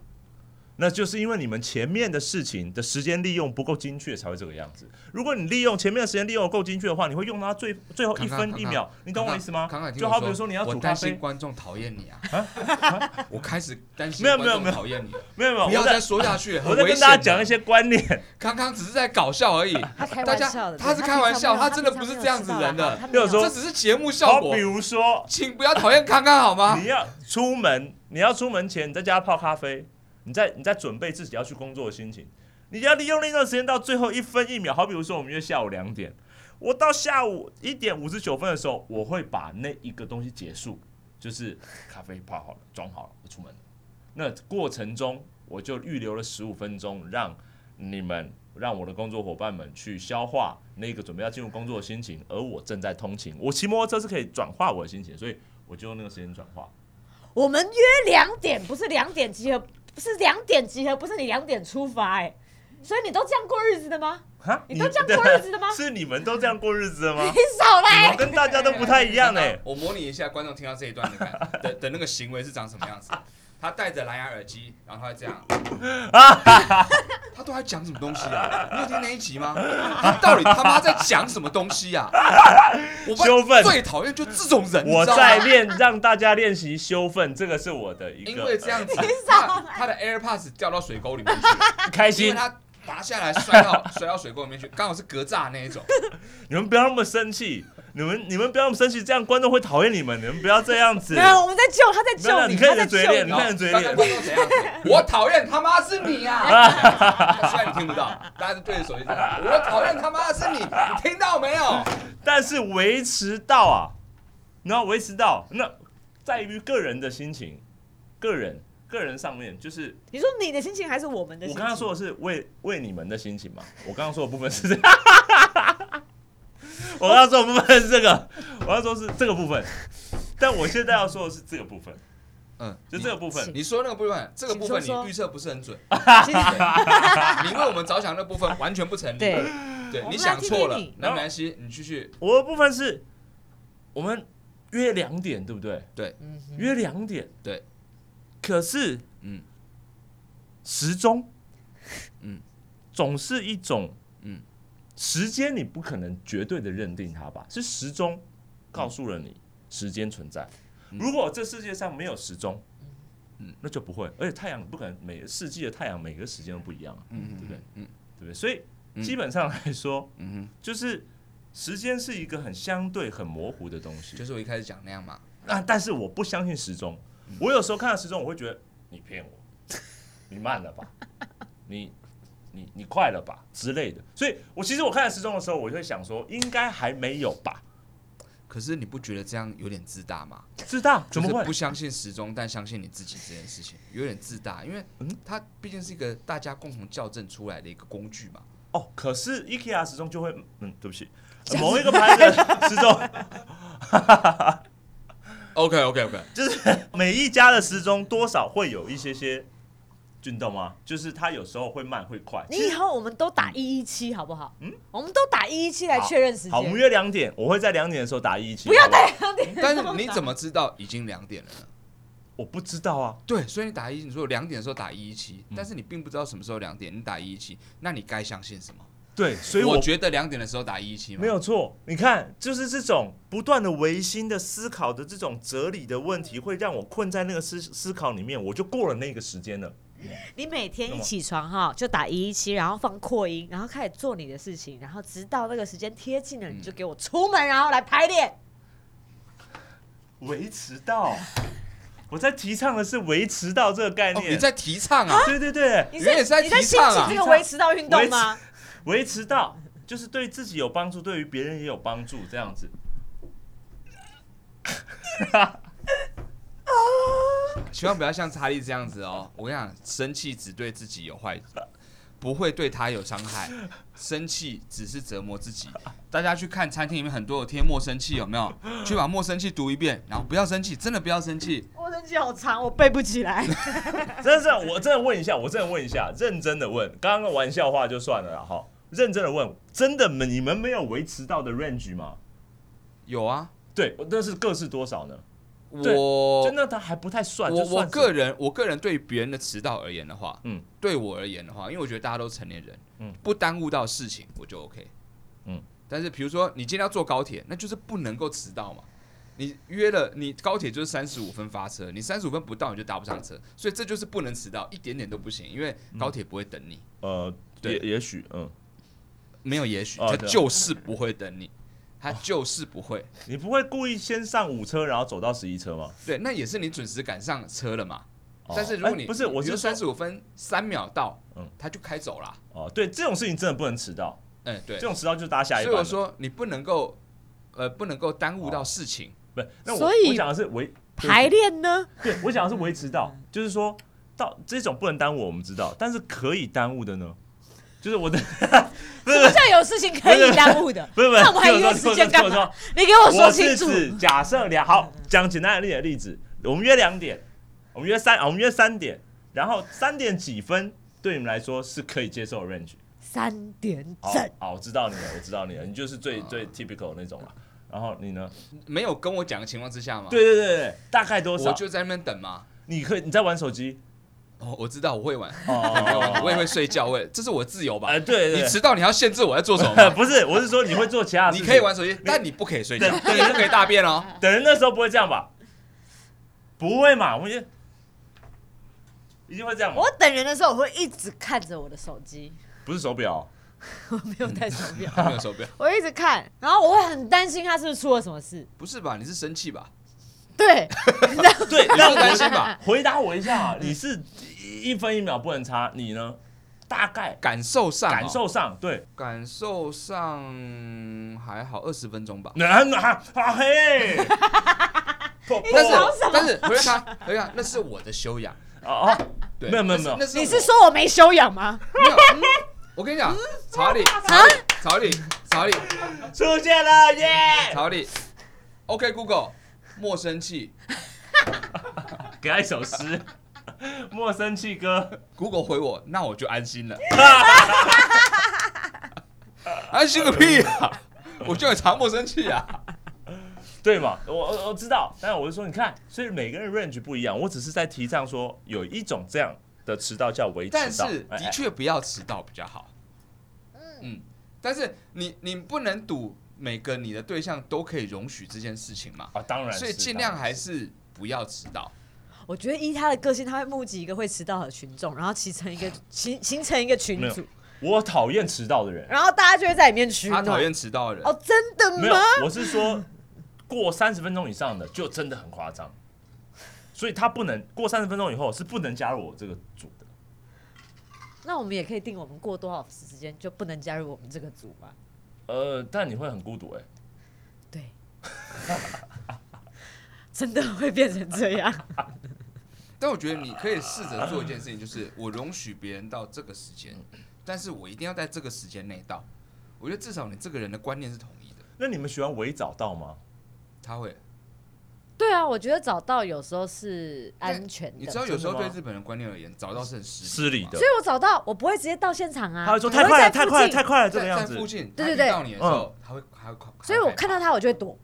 C: 那就是因为你们前面的事情的时间利用不够精确，才会这个样子。如果你利用前面的时间利用得够精确的话，你会用到最最后一分一秒，你懂我意思吗
B: 康康，？听
C: 啊就好比如说你要
B: 我
C: 煮咖
B: 担心
C: 啡，
B: 观众讨厌你 啊！我开始担心
C: 没有
B: 观
C: 没有
B: 众
C: 没有
B: 讨厌你了，
C: 没有没有，
B: 不
C: 哦我
B: 要再
C: 在
B: 说下去 了。
C: 我
B: 很
C: 在
B: 危
C: 跟大家
B: 险
C: 讲
B: 的
C: 一些观念，
B: 康康只是在搞笑而已，
A: 他开
B: 大
A: 玩
B: 家
A: 笑的，
B: 他是
A: 对
B: 开玩笑
A: 平常没有
B: 他真的不是这样子人的
A: 他平常没有
C: 就是
A: 吃
C: 说
A: 到啊
B: 这只是节目效
C: 好
B: 果
C: 比，如说
B: 请不要讨厌康康好吗？
C: 你要出门，你要出门前你在家泡咖啡，你在你在准备自己要去工作的心情，你要利用那段时间到最后一分一秒。好比如说我们约下午两点，我到下午一点五十九分的时候，我会把那一个东西结束，就是咖啡泡好了，装好了，我出门了。那过程中我就预留了十五分钟，让你们。让我的工作伙伴们去消化那个准备要进入工作的心情，而我正在通勤，我骑摩托车是可以转化我的心情，所以我就用那个时间转化。
A: 我们约两点，不是两点集合，不是两点集合，不是你两点出发哎、所以你都这样过日子的吗？
C: 哈，
A: 你都这样过日子的吗
C: 是你们都这样过日子的
A: 你
C: 吗？
A: 少
C: 你
A: 来
C: 们，跟大家都不太一样哎、
B: 我模拟一下观众听到这一段的感的的那个行为是长什么样子。他戴着蓝牙耳机，然后他会这 样，他都在讲什么东西啊？你有听那一集吗？他到底他妈在讲什么东西啊？我爸
C: 羞愤
B: 最讨厌就这种人，
C: 我
B: 你知道
C: 在
B: 吗？
C: 练，让大家练习羞愤，这个是我的一个，
B: 因为这样子
A: 你，少
B: 他他的 AirPods 掉到水沟里面去，
C: 呃开
B: 因为
C: 心。
B: 他拔下来摔到 摔到水沟里面去，刚好是格栅那一种。
C: 你们不要那么生气，你们你们不要那么生气，这样观众会讨厌你们。你们不要这样子
A: 没。有，我们在救他，在
C: 没有
A: 救
C: 你看
A: 他
C: 你
A: 在
C: 的嘴
A: 救
C: 脸
A: 你
C: 你。看嘴
B: 刚刚
C: 脸
B: 观众怎样子？ 我讨厌他妈是你啊！虽然你听不到，大家就对着手机讲：“我讨厌他妈是你，你听到 没有
C: 但是维持到啊，你要维持到，那在于个人的心情，个人个人上面，就是
A: 你说你的心情还是我们的
C: 我
A: 心情？
C: 刚刚说的是为为你们的心情嘛， 我刚刚说的部分是这 我刚刚说的部分是这个，我要说是这个部分，但我现在要说的是这个部分，
B: 嗯，
C: 就这个部分
A: 请，
B: 你说那个部分，这个部分
A: 请说说
B: 你预测不是很准，
A: 其实
B: 你为我们着想那部分完全不成立。
A: 对，
B: 对
A: 我们
B: 你想错
A: 来
B: 了
A: 听听，你
B: 那没关系，你继续。
C: 我的部分是我们约两点，对不对？
A: 嗯哼
C: 约两点，
B: 对，
C: 可是
B: 嗯
C: 时钟，
B: 嗯，
C: 总是一种，
B: 嗯，
C: 时间你不可能绝对的认定它吧？是时钟告诉了你时间存在。
B: 嗯
C: 如果这世界上没有时钟，
B: 嗯
C: 那就不会。而且太阳不可能每个世纪的太阳每个时间都不一样啊，
B: 嗯，
C: 对不对？
B: 嗯
C: 对不对？所以
B: 嗯
C: 基本上来说，
B: 嗯
C: 就是时间是一个很相对、很模糊的东西
B: 哼，。就是我一开始讲那样嘛。
C: 那但是我不相信时钟，我有时候看到时钟，我会觉得你骗我，你慢了吧，你你你快了吧之类的。所以我其实我看到时钟的时候，我就会想说，应该还没有吧？
B: 可是你不觉得这样有点自大吗？
C: 自大怎么
B: 就是
C: 会
B: 不？相信时钟，但相信你自己这件事情有点自大，因为
C: 嗯
B: 它毕竟是一个大家共同校正出来的一个工具嘛。
C: 哦，可是 IKEA 时钟就会，嗯，对不起，呃某一个牌子的时钟，
B: OK OK OK，
C: 每一家的时钟多少会有一些些，就你懂吗？就是它有时候会慢会快。
A: 你
C: 其
A: 以
C: 实
A: 后我们都打一一七好不好？嗯，我们都打一一七来
C: 好
A: 确认时
C: 好，我们
A: 间。
C: 约两点，我会在两点的时候打一七。
A: 不要
C: 好好
A: 带两点，
B: 但是你怎么知道已经两点了呢？
C: 我不知道啊。
B: 对，所以你打一，你说两点的时候打一一七，
C: 嗯
B: 但是你并不知道什么时候两点，你打一一七，那你该相信什么？
C: 对，所以
B: 我
C: 我
B: 觉得两点的时候打一一七吗？哦
C: 没有错，你看，就是这种不断的唯心的思考的这种哲理的问题，会让我困在那个思思考里面，我就过了那个时间了。
A: 你每天
C: 干
A: 一
C: 嘛
A: 起床哈，就打一一七，然后放扩音，然后开始做你的事情，然后直到那个时间贴近了，
B: 嗯
A: 你就给我出门，然后来排练。
C: 维持到， 我在提倡的是维持到这个概
B: 哦，
C: 念。
B: 你在提倡啊？
C: 对对对，
A: 你
B: 原
A: 在
B: 来是在
A: 你在
B: 提
A: 兴
B: 倡
A: 起
B: 啊
A: 这个维持到运动吗？
C: 维持到就是对自己有帮助，对于别人也有帮助，这样子。
B: 千万不要像查理这样子哦！我跟你讲，生气只对自己有坏处，不会对他有伤害。生气只是折磨自己。大家去看餐厅里面很多有贴莫生气，有没有？去把莫生气读一遍，然后不要生气，真的不要生气。
A: 我生气好长，我背不起 来。
C: 真的是，我真的问一下，我真的问一下，认真的问，刚刚玩笑话就算了啦哈，认真的问，真的你们没有维持到的 range 吗？
B: 有啊，
C: 对，那是各是多少呢？对
B: 我
C: 真的，他还不太算。
B: 哦我
C: 这算
B: 我
C: 是
B: 个人我个人对于别人的迟到而言的话，
C: 嗯
B: 对我而言的话，因为我觉得大家都成年人，
C: 嗯
B: 不耽误到事情我就 OK，
C: 嗯
B: 但是比如说你今天要坐高铁，那就是不能够迟到嘛。你约了，你高铁就是三十五分发车，你三十五分不到你就搭不上车，所以这就是不能迟到，一点点都不行，因为
C: 嗯
B: 高铁不会等你，
C: 呃，
B: 对
C: 也也许嗯，
B: 没有也许，
C: 哦
B: 它
C: 对
B: 就是不会等 你，它就是不会。
C: 你不会故意先上五车，然后走到十一车吗？
B: 对，那也是你准时赶上车了嘛。
C: 哦
B: 但是如果你、
C: 哎不是我是说
B: 三十五分三秒到，
C: 嗯
B: 他就开走啦。
C: 哦，对，这种事情真的不能迟到，
B: 哎、对
C: 这，种迟到就是搭下一
B: 所以
C: 班了。哦
B: 我说你不能够，呃，不能够耽误到事情。
C: 不是，那我
A: 所以
C: 我讲的是维
A: 排，嗯练呢？
C: 对我讲的是维持到，就是说到这种不能耽误，我们知道，但是可以耽误的呢，就是我的 不
A: 什么
C: 是
A: 叫有事情可以耽误的？
C: 不是不是，
A: 那我们还
C: 听
A: 约
C: 说
A: 时间干？
C: 听我说听我
A: 嘛
C: 说？
A: 你给我说
C: 我
A: 清
C: 是
A: 楚。
C: 指假设两好讲简单的例的例子，我们约两点，我们约三，啊我们约三点，然后三点几分对你们来说是可以接受的 range。
A: 三点
C: 好
B: 哦
A: 整，，
C: 好，我知道你了，我知道你了，你就是
B: 啊
C: 最最 typical 那种了。然后你呢？
B: 没有跟我讲的情况之下嘛，
C: 对，对对对对，大概多
B: 我
C: 少？
B: 就在那边等嘛。
C: 你可以你在玩手机
B: 哦，我知道我会玩，
C: 哦
B: 我也会睡觉，我也这是我自由吧？
C: 哎，对对
B: 你
C: 对，？
B: 迟到你还要限制我在做什么吗
C: 不是，我是说你会做其他的事
B: 你
C: 情，
B: 可以玩手机，但你不可以睡觉，
C: 对
B: 你也不可以大便哦。
C: 等人那时候不会这样吧？不会嘛？我们就一定会这样吗？
A: 我等人的时候，我会一直看着我的手机，
C: 不是手表，
A: 我没有带手 表，
B: 没有手表，
A: 我一直看，然后我会很担心他是不是出了什么事。
B: 不是吧？你是生气吧？
A: 对，
C: 对，
B: 你
C: 那
B: 不担心吧？
C: 回答我一下啊，你是一分一秒不能差，你呢？大概
B: 感受上哦，
C: 感受上，对，
B: 感受上还好，二十分钟吧。
C: 啊啊啊嘿，
A: 你
B: 但
A: 搞
B: 是
A: 什么
B: 但是，回看回看，那是我的修养。
C: 哦哦，
B: 对，
C: 没有没有
B: 那是
C: 没有
B: 那是
A: 你
B: 我
A: 是说我没修养吗？
B: 没有？嗯我跟你讲，曹丽，曹丽，曹丽，
C: 出现了耶！
B: 曹丽，OK Google，莫生气
C: 给他一首诗，莫生气哥，
B: ，Google 回我，那我就安心 了。安心个屁啊！我就很常莫生气 啊。
C: 对嘛？我我我知道，但我就说，你看，所以每个人 range 不一样，我只是在提倡说，有一种这样的迟到叫微迟到，
B: 但是
C: 哎
B: 的确不要迟到比较好。嗯，但是你你不能赌每个你的对象都可以容许这件事情嘛，
C: 哎啊，当然是，
B: 所以尽量还是不要迟到。
A: 我觉得依他的个性，他会募集一个会迟到的群众，然后形成一 个形形成一个群
C: 没有
A: 组，
C: 我讨厌迟到的人，
A: 然后大家就会在里面取
B: 他
A: 暖。
B: 讨厌迟到的人
A: 哦，，真的
C: 没有
A: 吗？，
C: 我是说过三十分钟以上的就真的很夸张，所以他不能过三十分钟以后是不能加入我这个组的。
A: 那我们也可以定我们过多少时间就不能加入我们这个组吗？
C: 呃，但你会很孤独哎、
A: 对，真的会变成这 样。
B: 但我觉得你可以试着做一件事情，就是我容许别人到这个时间，
C: 嗯
B: 但是我一定要在这个时间内到。我觉得至少你这个人的观念是统一的，
C: 那你们喜欢伪早到吗？
B: 他会。
A: 对啊，我觉得找到有时候是安全的，
B: 你知道有时候
C: 真
B: 对
C: 的吗
B: 日本人观念而言，早到是很失礼
C: 失礼
B: 嘛
C: 的
A: 所以我找到我不会直接到现场啊，
C: 他会说
A: 我会
C: 太快了，
A: 在附
C: 太快了，
A: 近
C: 太快了，这个
B: 在
C: 样
B: 在
C: 子嗯
B: 附，近，
A: 对
B: 他
A: 对
B: 遇
A: 对
B: 到你的时候，他会他会恐，他会
A: 所以我
B: 害
A: 看
B: 怕
A: 到他我就会躲，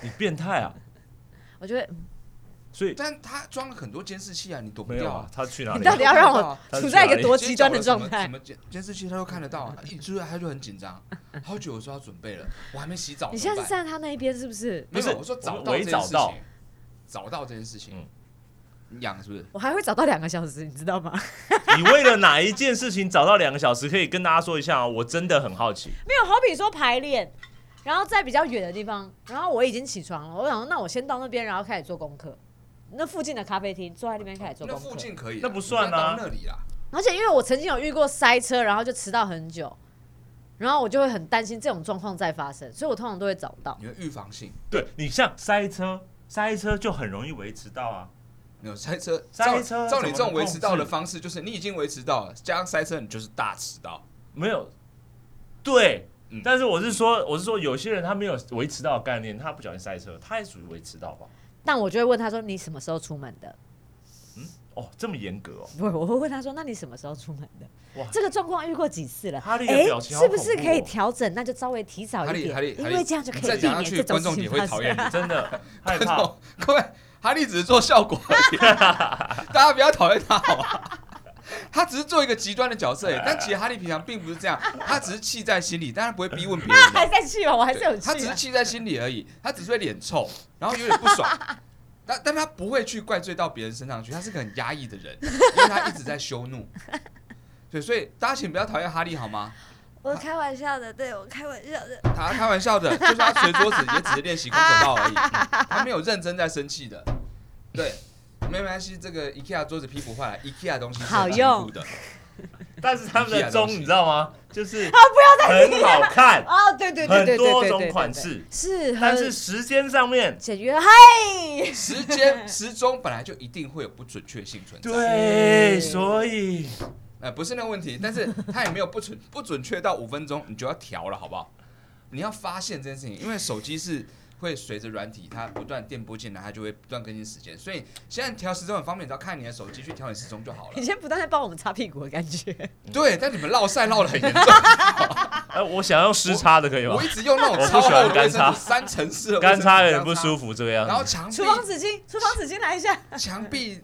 C: 你变态啊！
A: 我就会
C: 所以
B: 但他装了很多监视器啊，你躲不
C: 没有
B: 掉
C: 啊
B: 啊，。
C: 他去哪
A: 你
C: 里
A: 到
C: 啊？
A: 底要让我
C: 他是
A: 处在一个
C: 去哪里
A: 多
B: 今
A: 极
B: 天
A: 端的
B: 找
A: 状
B: 了什么
A: 态
B: 什？么监监视器他都看得到啊，一出来他就很紧张，好久我说要准备了，我还没洗澡，
A: 你
B: 怎
A: 现
B: 么
A: 在
B: 办
A: 是？站在他那一边是不是？
B: 没
C: 不
B: 有，
C: 是
B: 我说
C: 我
B: 找
C: 们
B: 到
C: 伪
B: 这件
C: 找
B: 事
C: 到嗯
B: 情，找到这件事情，你痒是不是？
A: 我还会找到两个小时，你知道吗？
C: 你为了哪一件事情找到两个小时？可以跟大家说一下啊，我真的很好奇。
A: 没有，好比说排练，然后在比较远的地方，然后我已经起床了，我想说那我先到那边，然后开始做功课。那附近的咖啡厅，坐在那边开始做
B: 那
A: 功课。
B: 附近可以啊，
C: 那不算
B: 你要
C: 啊
B: 到那里啦，
A: 而且因为我曾经有遇过塞车，然后就迟到很久，然后我就会很担心这种状况再发生，所以我通常都会找到。
B: 你的预防性，
C: 对你像塞车，塞车就很容易维持到啊。
B: 没有塞车，
C: 塞
B: 照
C: 车
B: 照
C: 怎
B: 你
C: 么
B: 这种维
C: 控
B: 持到的
C: 制
B: 方式，就是你已经维持到了，加上塞车，你就是大迟到。
C: 没有，对，
B: 嗯
C: 但是我是说，我是说，有些人他没有维持到的概念，他不小心塞车，他也属于维持到吧？
A: 但我就会问他说：“你什么时候出门的
C: 哦，这么严格哦？”，
A: 不是，我会问他说：“那你什么时候出门的
C: 哇？”
A: 这个状况遇过几次了？
C: 哈利的
A: 哎、
C: 表情好
A: 是不
C: 恐
A: 是
C: 怖
A: 可以
C: 哦
A: 调整？那就稍微提早
B: 哈
A: 一
B: 利，
A: 点
B: 哈利，，
A: 因
B: 哈利
A: 为这样就可
B: 再
A: 以避
B: 讲下
A: 免
B: 去，
A: 这种
B: 观
A: 事
B: 众
A: 情
B: 也
A: 发
B: 会
A: 生
B: 讨厌。 你。
C: 嗯真的害
B: 观
C: 怕
B: 众，各位，哈利只是做效果而已，大家不要讨厌他好吗？ 他只是做一个极端的角色而已，但其实哈利平常并不是这样，他只是气在心里，但他不会逼问别人。
A: 还在气吗？我还是有
B: 对
A: 气、
B: 他只是
A: 啊。
B: 气在心里而已，他只是会脸臭，然后有点不 爽，但但他不会去怪罪到别人身上去，他是个很压抑的人，因为他一直在羞怒。对，所以大家请不要讨厌哈利好吗？
A: 我开玩笑的，对我开玩笑的。
B: 他开玩笑的，就是他捶桌子也只是练习空手道而已，他没有认真在生气的。对，没关系，这个 IKEA 桌子批不坏了，IKEA 东西是
A: 好
B: 很
A: 用
B: 辛苦的。
C: 但是他们的钟
B: 啊东西
C: 你知道吗？就是啊，不要很好看，
A: 哦，对对对
C: 很
A: 对对对
C: 多
A: 对
C: 种
A: 对
C: 款
A: 对
C: 式，
A: 是很
C: 但是时间上面，
A: 简约。嗨，
B: 时间时钟本来就一定会有不准确性存在，
C: 对，
A: 是
C: 所以
B: 呃，不是那个问题，但 是它也没有不准不准确到五分钟，你就要调了，好不好？你要发现这件事情，因为手机是会随着软体它不断电波进来，它就会不断更新时间，所以现在调时钟很方便，只要看你的手机去调你时钟就好了
A: 你。先不断在帮我们擦屁股的感 觉。
B: 对，但你们落赛落的很严 重。
C: 哎，我想用时差的可以吗
B: 我？一直用那种
C: 我
B: 超
C: 不喜
B: 厚
C: 欢
B: 的
C: 干
B: 卫生
C: 擦
B: 纸，三层式的卫生
C: 啊干
B: 纸
C: 擦有
B: 这
C: 点
B: 样
C: 不
B: 擦
C: 舒，服这个样
B: 然后
C: 子，
B: 墙壁
A: 厨、房纸巾，厨房纸巾来一 下。
B: 墙壁、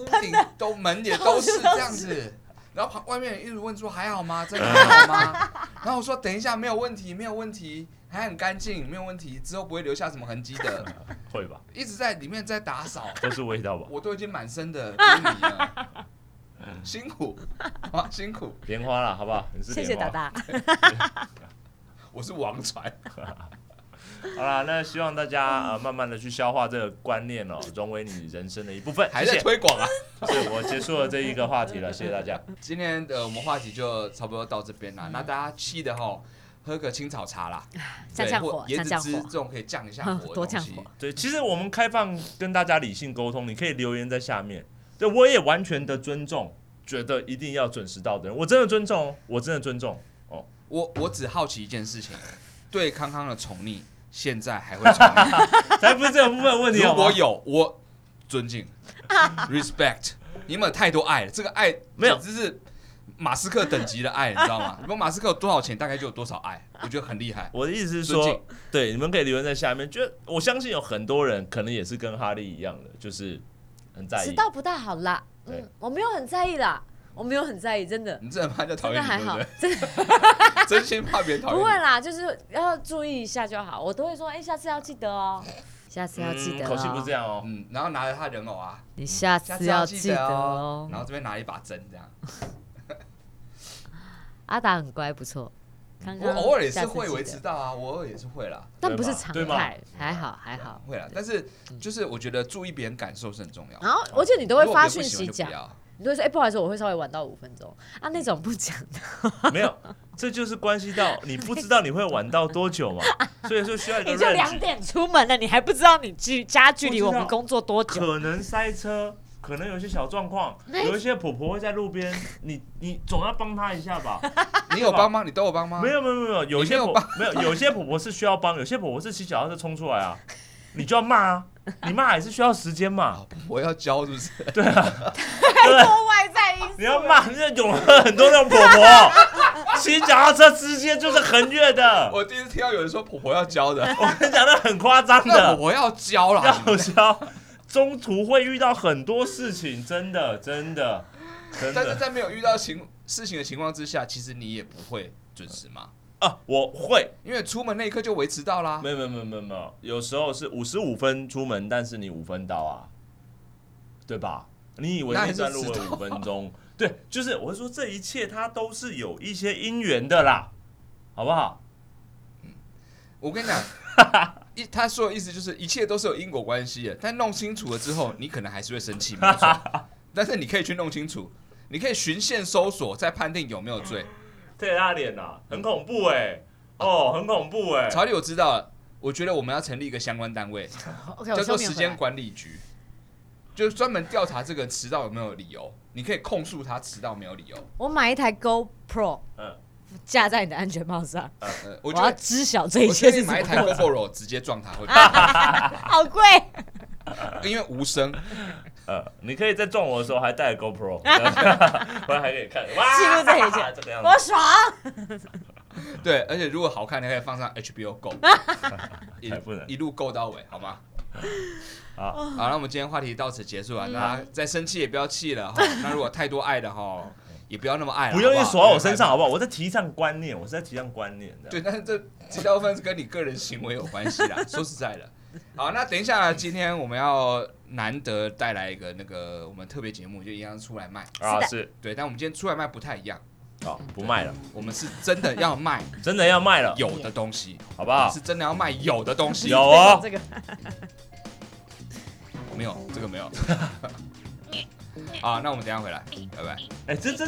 B: 屋顶都门也都是这 样子。然后旁外面人一直问说还好吗？真的还好吗？ 然后我说等一下，没有问题，没有问题，还很干净，没有问题，之后不会留下什么痕迹的。
C: 会吧？
B: 一直在里面在打扫，
C: 都是味道吧？
B: 我都已经满身的玻璃了，辛苦啊，辛苦！
C: 莲花啦，好不好？你是
A: 谢
C: 莲
A: 谢
C: 花
A: 达达。
B: 我是王传，
C: 好啦，那希望大家呃慢慢的去消化这个观念哦，融为你人生的一部分。
B: 还
C: 谢
B: 在
C: 谢，
B: 推广啊。
C: 是我结束了这一个话题 了，谢谢大家。
B: 今天的我们话题就差不多到这边啦。
A: 嗯
B: 那大家气的吼，喝个青草茶啦，
A: 降
B: 对
A: 降
B: 或
A: 火
B: 椰子
A: 降降
B: 汁
A: 火
B: 这种可以降一下
A: 嗯
B: 火，
A: 多
B: 东
A: 降
B: 西
A: 火。
C: 对，其实我们开放跟大家理性沟通，你可以留言在下面。对，我也完全的尊重，觉得一定要准时到的人，我真的尊重哦，我真的尊重哦。
B: 我我只好奇一件事情， 对康康的宠溺，现在还会宠 溺？
C: 才不是这种部分问题
B: 如
C: 好
B: 果
C: 吗？
B: 有，我尊 敬，respect。你们有太多爱了，这个爱
C: 没有
B: 简直是马斯克等级的爱，你知道 吗？你们马斯克有多少钱，大概就有多少爱，我觉得很厉害。
C: 我的意思是
B: 尊敬
C: 说，对，你们可以留言在下面。觉得我相信有很多人可能也是跟哈利一样的，就是很在
A: 迟
C: 意。
A: 到不大好啦。嗯
C: 对，
A: 我没有很在意啦，我没有很在意，真的，
B: 你真的怕人家 讨
A: 真
B: 厌
A: 的
B: 你，
A: 还
B: 对
A: 好
B: 不 对？，
A: 真的
B: 真心怕别人讨
A: 不会
B: 厌
A: 啦，就是要注意一下就好。我都会说，哎，下次要记得哦， 下次要记
C: 嗯
A: 得哦，
C: 口气不是这样
B: 你。
C: 哦。
B: 嗯，然后拿着他人偶啊，
A: 你下
B: 下
A: 次
B: 次
A: 要
B: 记
A: 记得
B: 哦
A: 哦。。
B: 然后这边拿一把针，这样。
A: 阿达很乖，不错。刚
B: 我
A: 刚
B: 偶尔也
A: 下
B: 是
A: 次
B: 会
A: 记
B: 维
A: 得
B: 持到啊，我偶尔也是会啦。
A: 但不是常
C: 对吗
A: 态，还好还好。
B: 会啦，但是就是我觉得注意别人感受是很重要。
A: 然后，而且你都
B: 嗯如
A: 会
B: 果
A: 发
B: 别不
A: 讯
B: 喜
A: 息
B: 欢就
A: 讲，
B: 不要
A: 你都会说，哎、不好意思，我会稍微晚到五分钟啊，那种不 讲的，
C: 没有，这就是关系到你不知道你会晚到多久嘛，所以说需要一 个
A: 你就
C: range
A: 两点出门了，你还不知道你距家距离我们工作多久？
C: 可能塞车，可能有一些小状况，
A: 哎
C: 有一些婆婆会在路边，你你总要帮她一下吧？
B: 你有帮吗？你都有帮吗？
C: 没有没有没有，有一些
B: 啊你没有
C: 婆没有有些婆婆是需要帮，有些婆婆是骑脚踏车冲出来啊，你就要骂啊，你骂也是需要时间嘛，
B: 我啊要教是不 是？
A: 太多外在因素，
C: 你要骂，那永和很多那种婆 婆骑脚踏车直接就是横越的，
B: 我第一次听到有人说婆婆要教 的，
C: 我跟你讲那很夸张
B: 那婆
C: 的。
B: 婆要教啦。
C: 要消，中途会遇到很多事情，真的，真的，真
B: 但是
C: 的
B: 在没有遇到情事情的情况之下，其实你也不会准时嘛，
C: 啊！我会，
B: 因为出门那一刻就维持到啦
C: 没。有没有没有没有没有，有时候是五十五分出门，但是你五分到啊，对吧？你以为
B: 那还
C: 那
B: 是
C: 段路
B: 迟
C: 会五分钟？对，就是我是说这一切它都是有一些因缘的啦，好不好？
B: 我跟你讲， 一他说的意思就是一切都是有因果关系的，但弄清楚了之后，你可能还是会生气，没 错但是你可以去弄清楚，你可以循线搜索，再判定有没有罪。
C: 对拉脸呐、啊，很恐怖哎、哦，很恐怖哎、
B: 曹理，我知道了，我觉得我们要成立一个相关单位，
A: OK，
B: 叫
A: 我说
B: 做
A: 明
B: 时
A: 回
B: 间
A: 来。
B: 管理局，就是专门调查这个迟到有没有理由，你可以控诉他迟到没有理由。
A: 我买一台 GoPro
C: 嗯，
A: 架在你的安全帽上，
B: 呃，
A: 我
B: 我觉
A: 要
B: 得。
A: 知晓这一
B: 我
A: 切
B: 觉得
A: 是
B: 你买一
A: 什
B: 台 GoPro 直接撞他会比 较好，
A: 么，好贵。
B: 嗯因为无声，
C: 呃，你可以在撞我的时候还 带 GoPro，我还可以看，
A: 记
C: 哇，
A: 录这一切
C: 这个样子
A: 我。爽，
B: 对，而且如果好看，你还可以放上 HBO Go，一
C: 还哎不能
B: 一路 Go 到尾，好吗？
C: 好
B: 好，那我们今天话题到此结束
A: 嗯
B: 了，大家再生气也不要气了哈。那如果太多爱的哈，也不要那么爱了，
C: 不用
B: 好
C: 一
B: 好
C: 锁到我身上，。好不好？我在提倡观念，我是在提倡观念的。
B: 对，，但是这这大部分是跟你个人行为有关系 啦。说实在的，好，那等一下，今天我们要难得带来一个那个我们特别节目，就一样出来卖。
C: 啊
A: 是的
C: 是，
B: 对，但我们今天出来卖不太一样，
C: 好不卖了，
B: 我们是真的要卖
C: 真的要卖了，
B: 有的东西，
C: 好不好
B: 是？真的要卖有的东西。
C: 有哦
A: 这个
B: 没有？ 这个没有。啊，那我们等一下回来，拜拜。
C: 哎，这这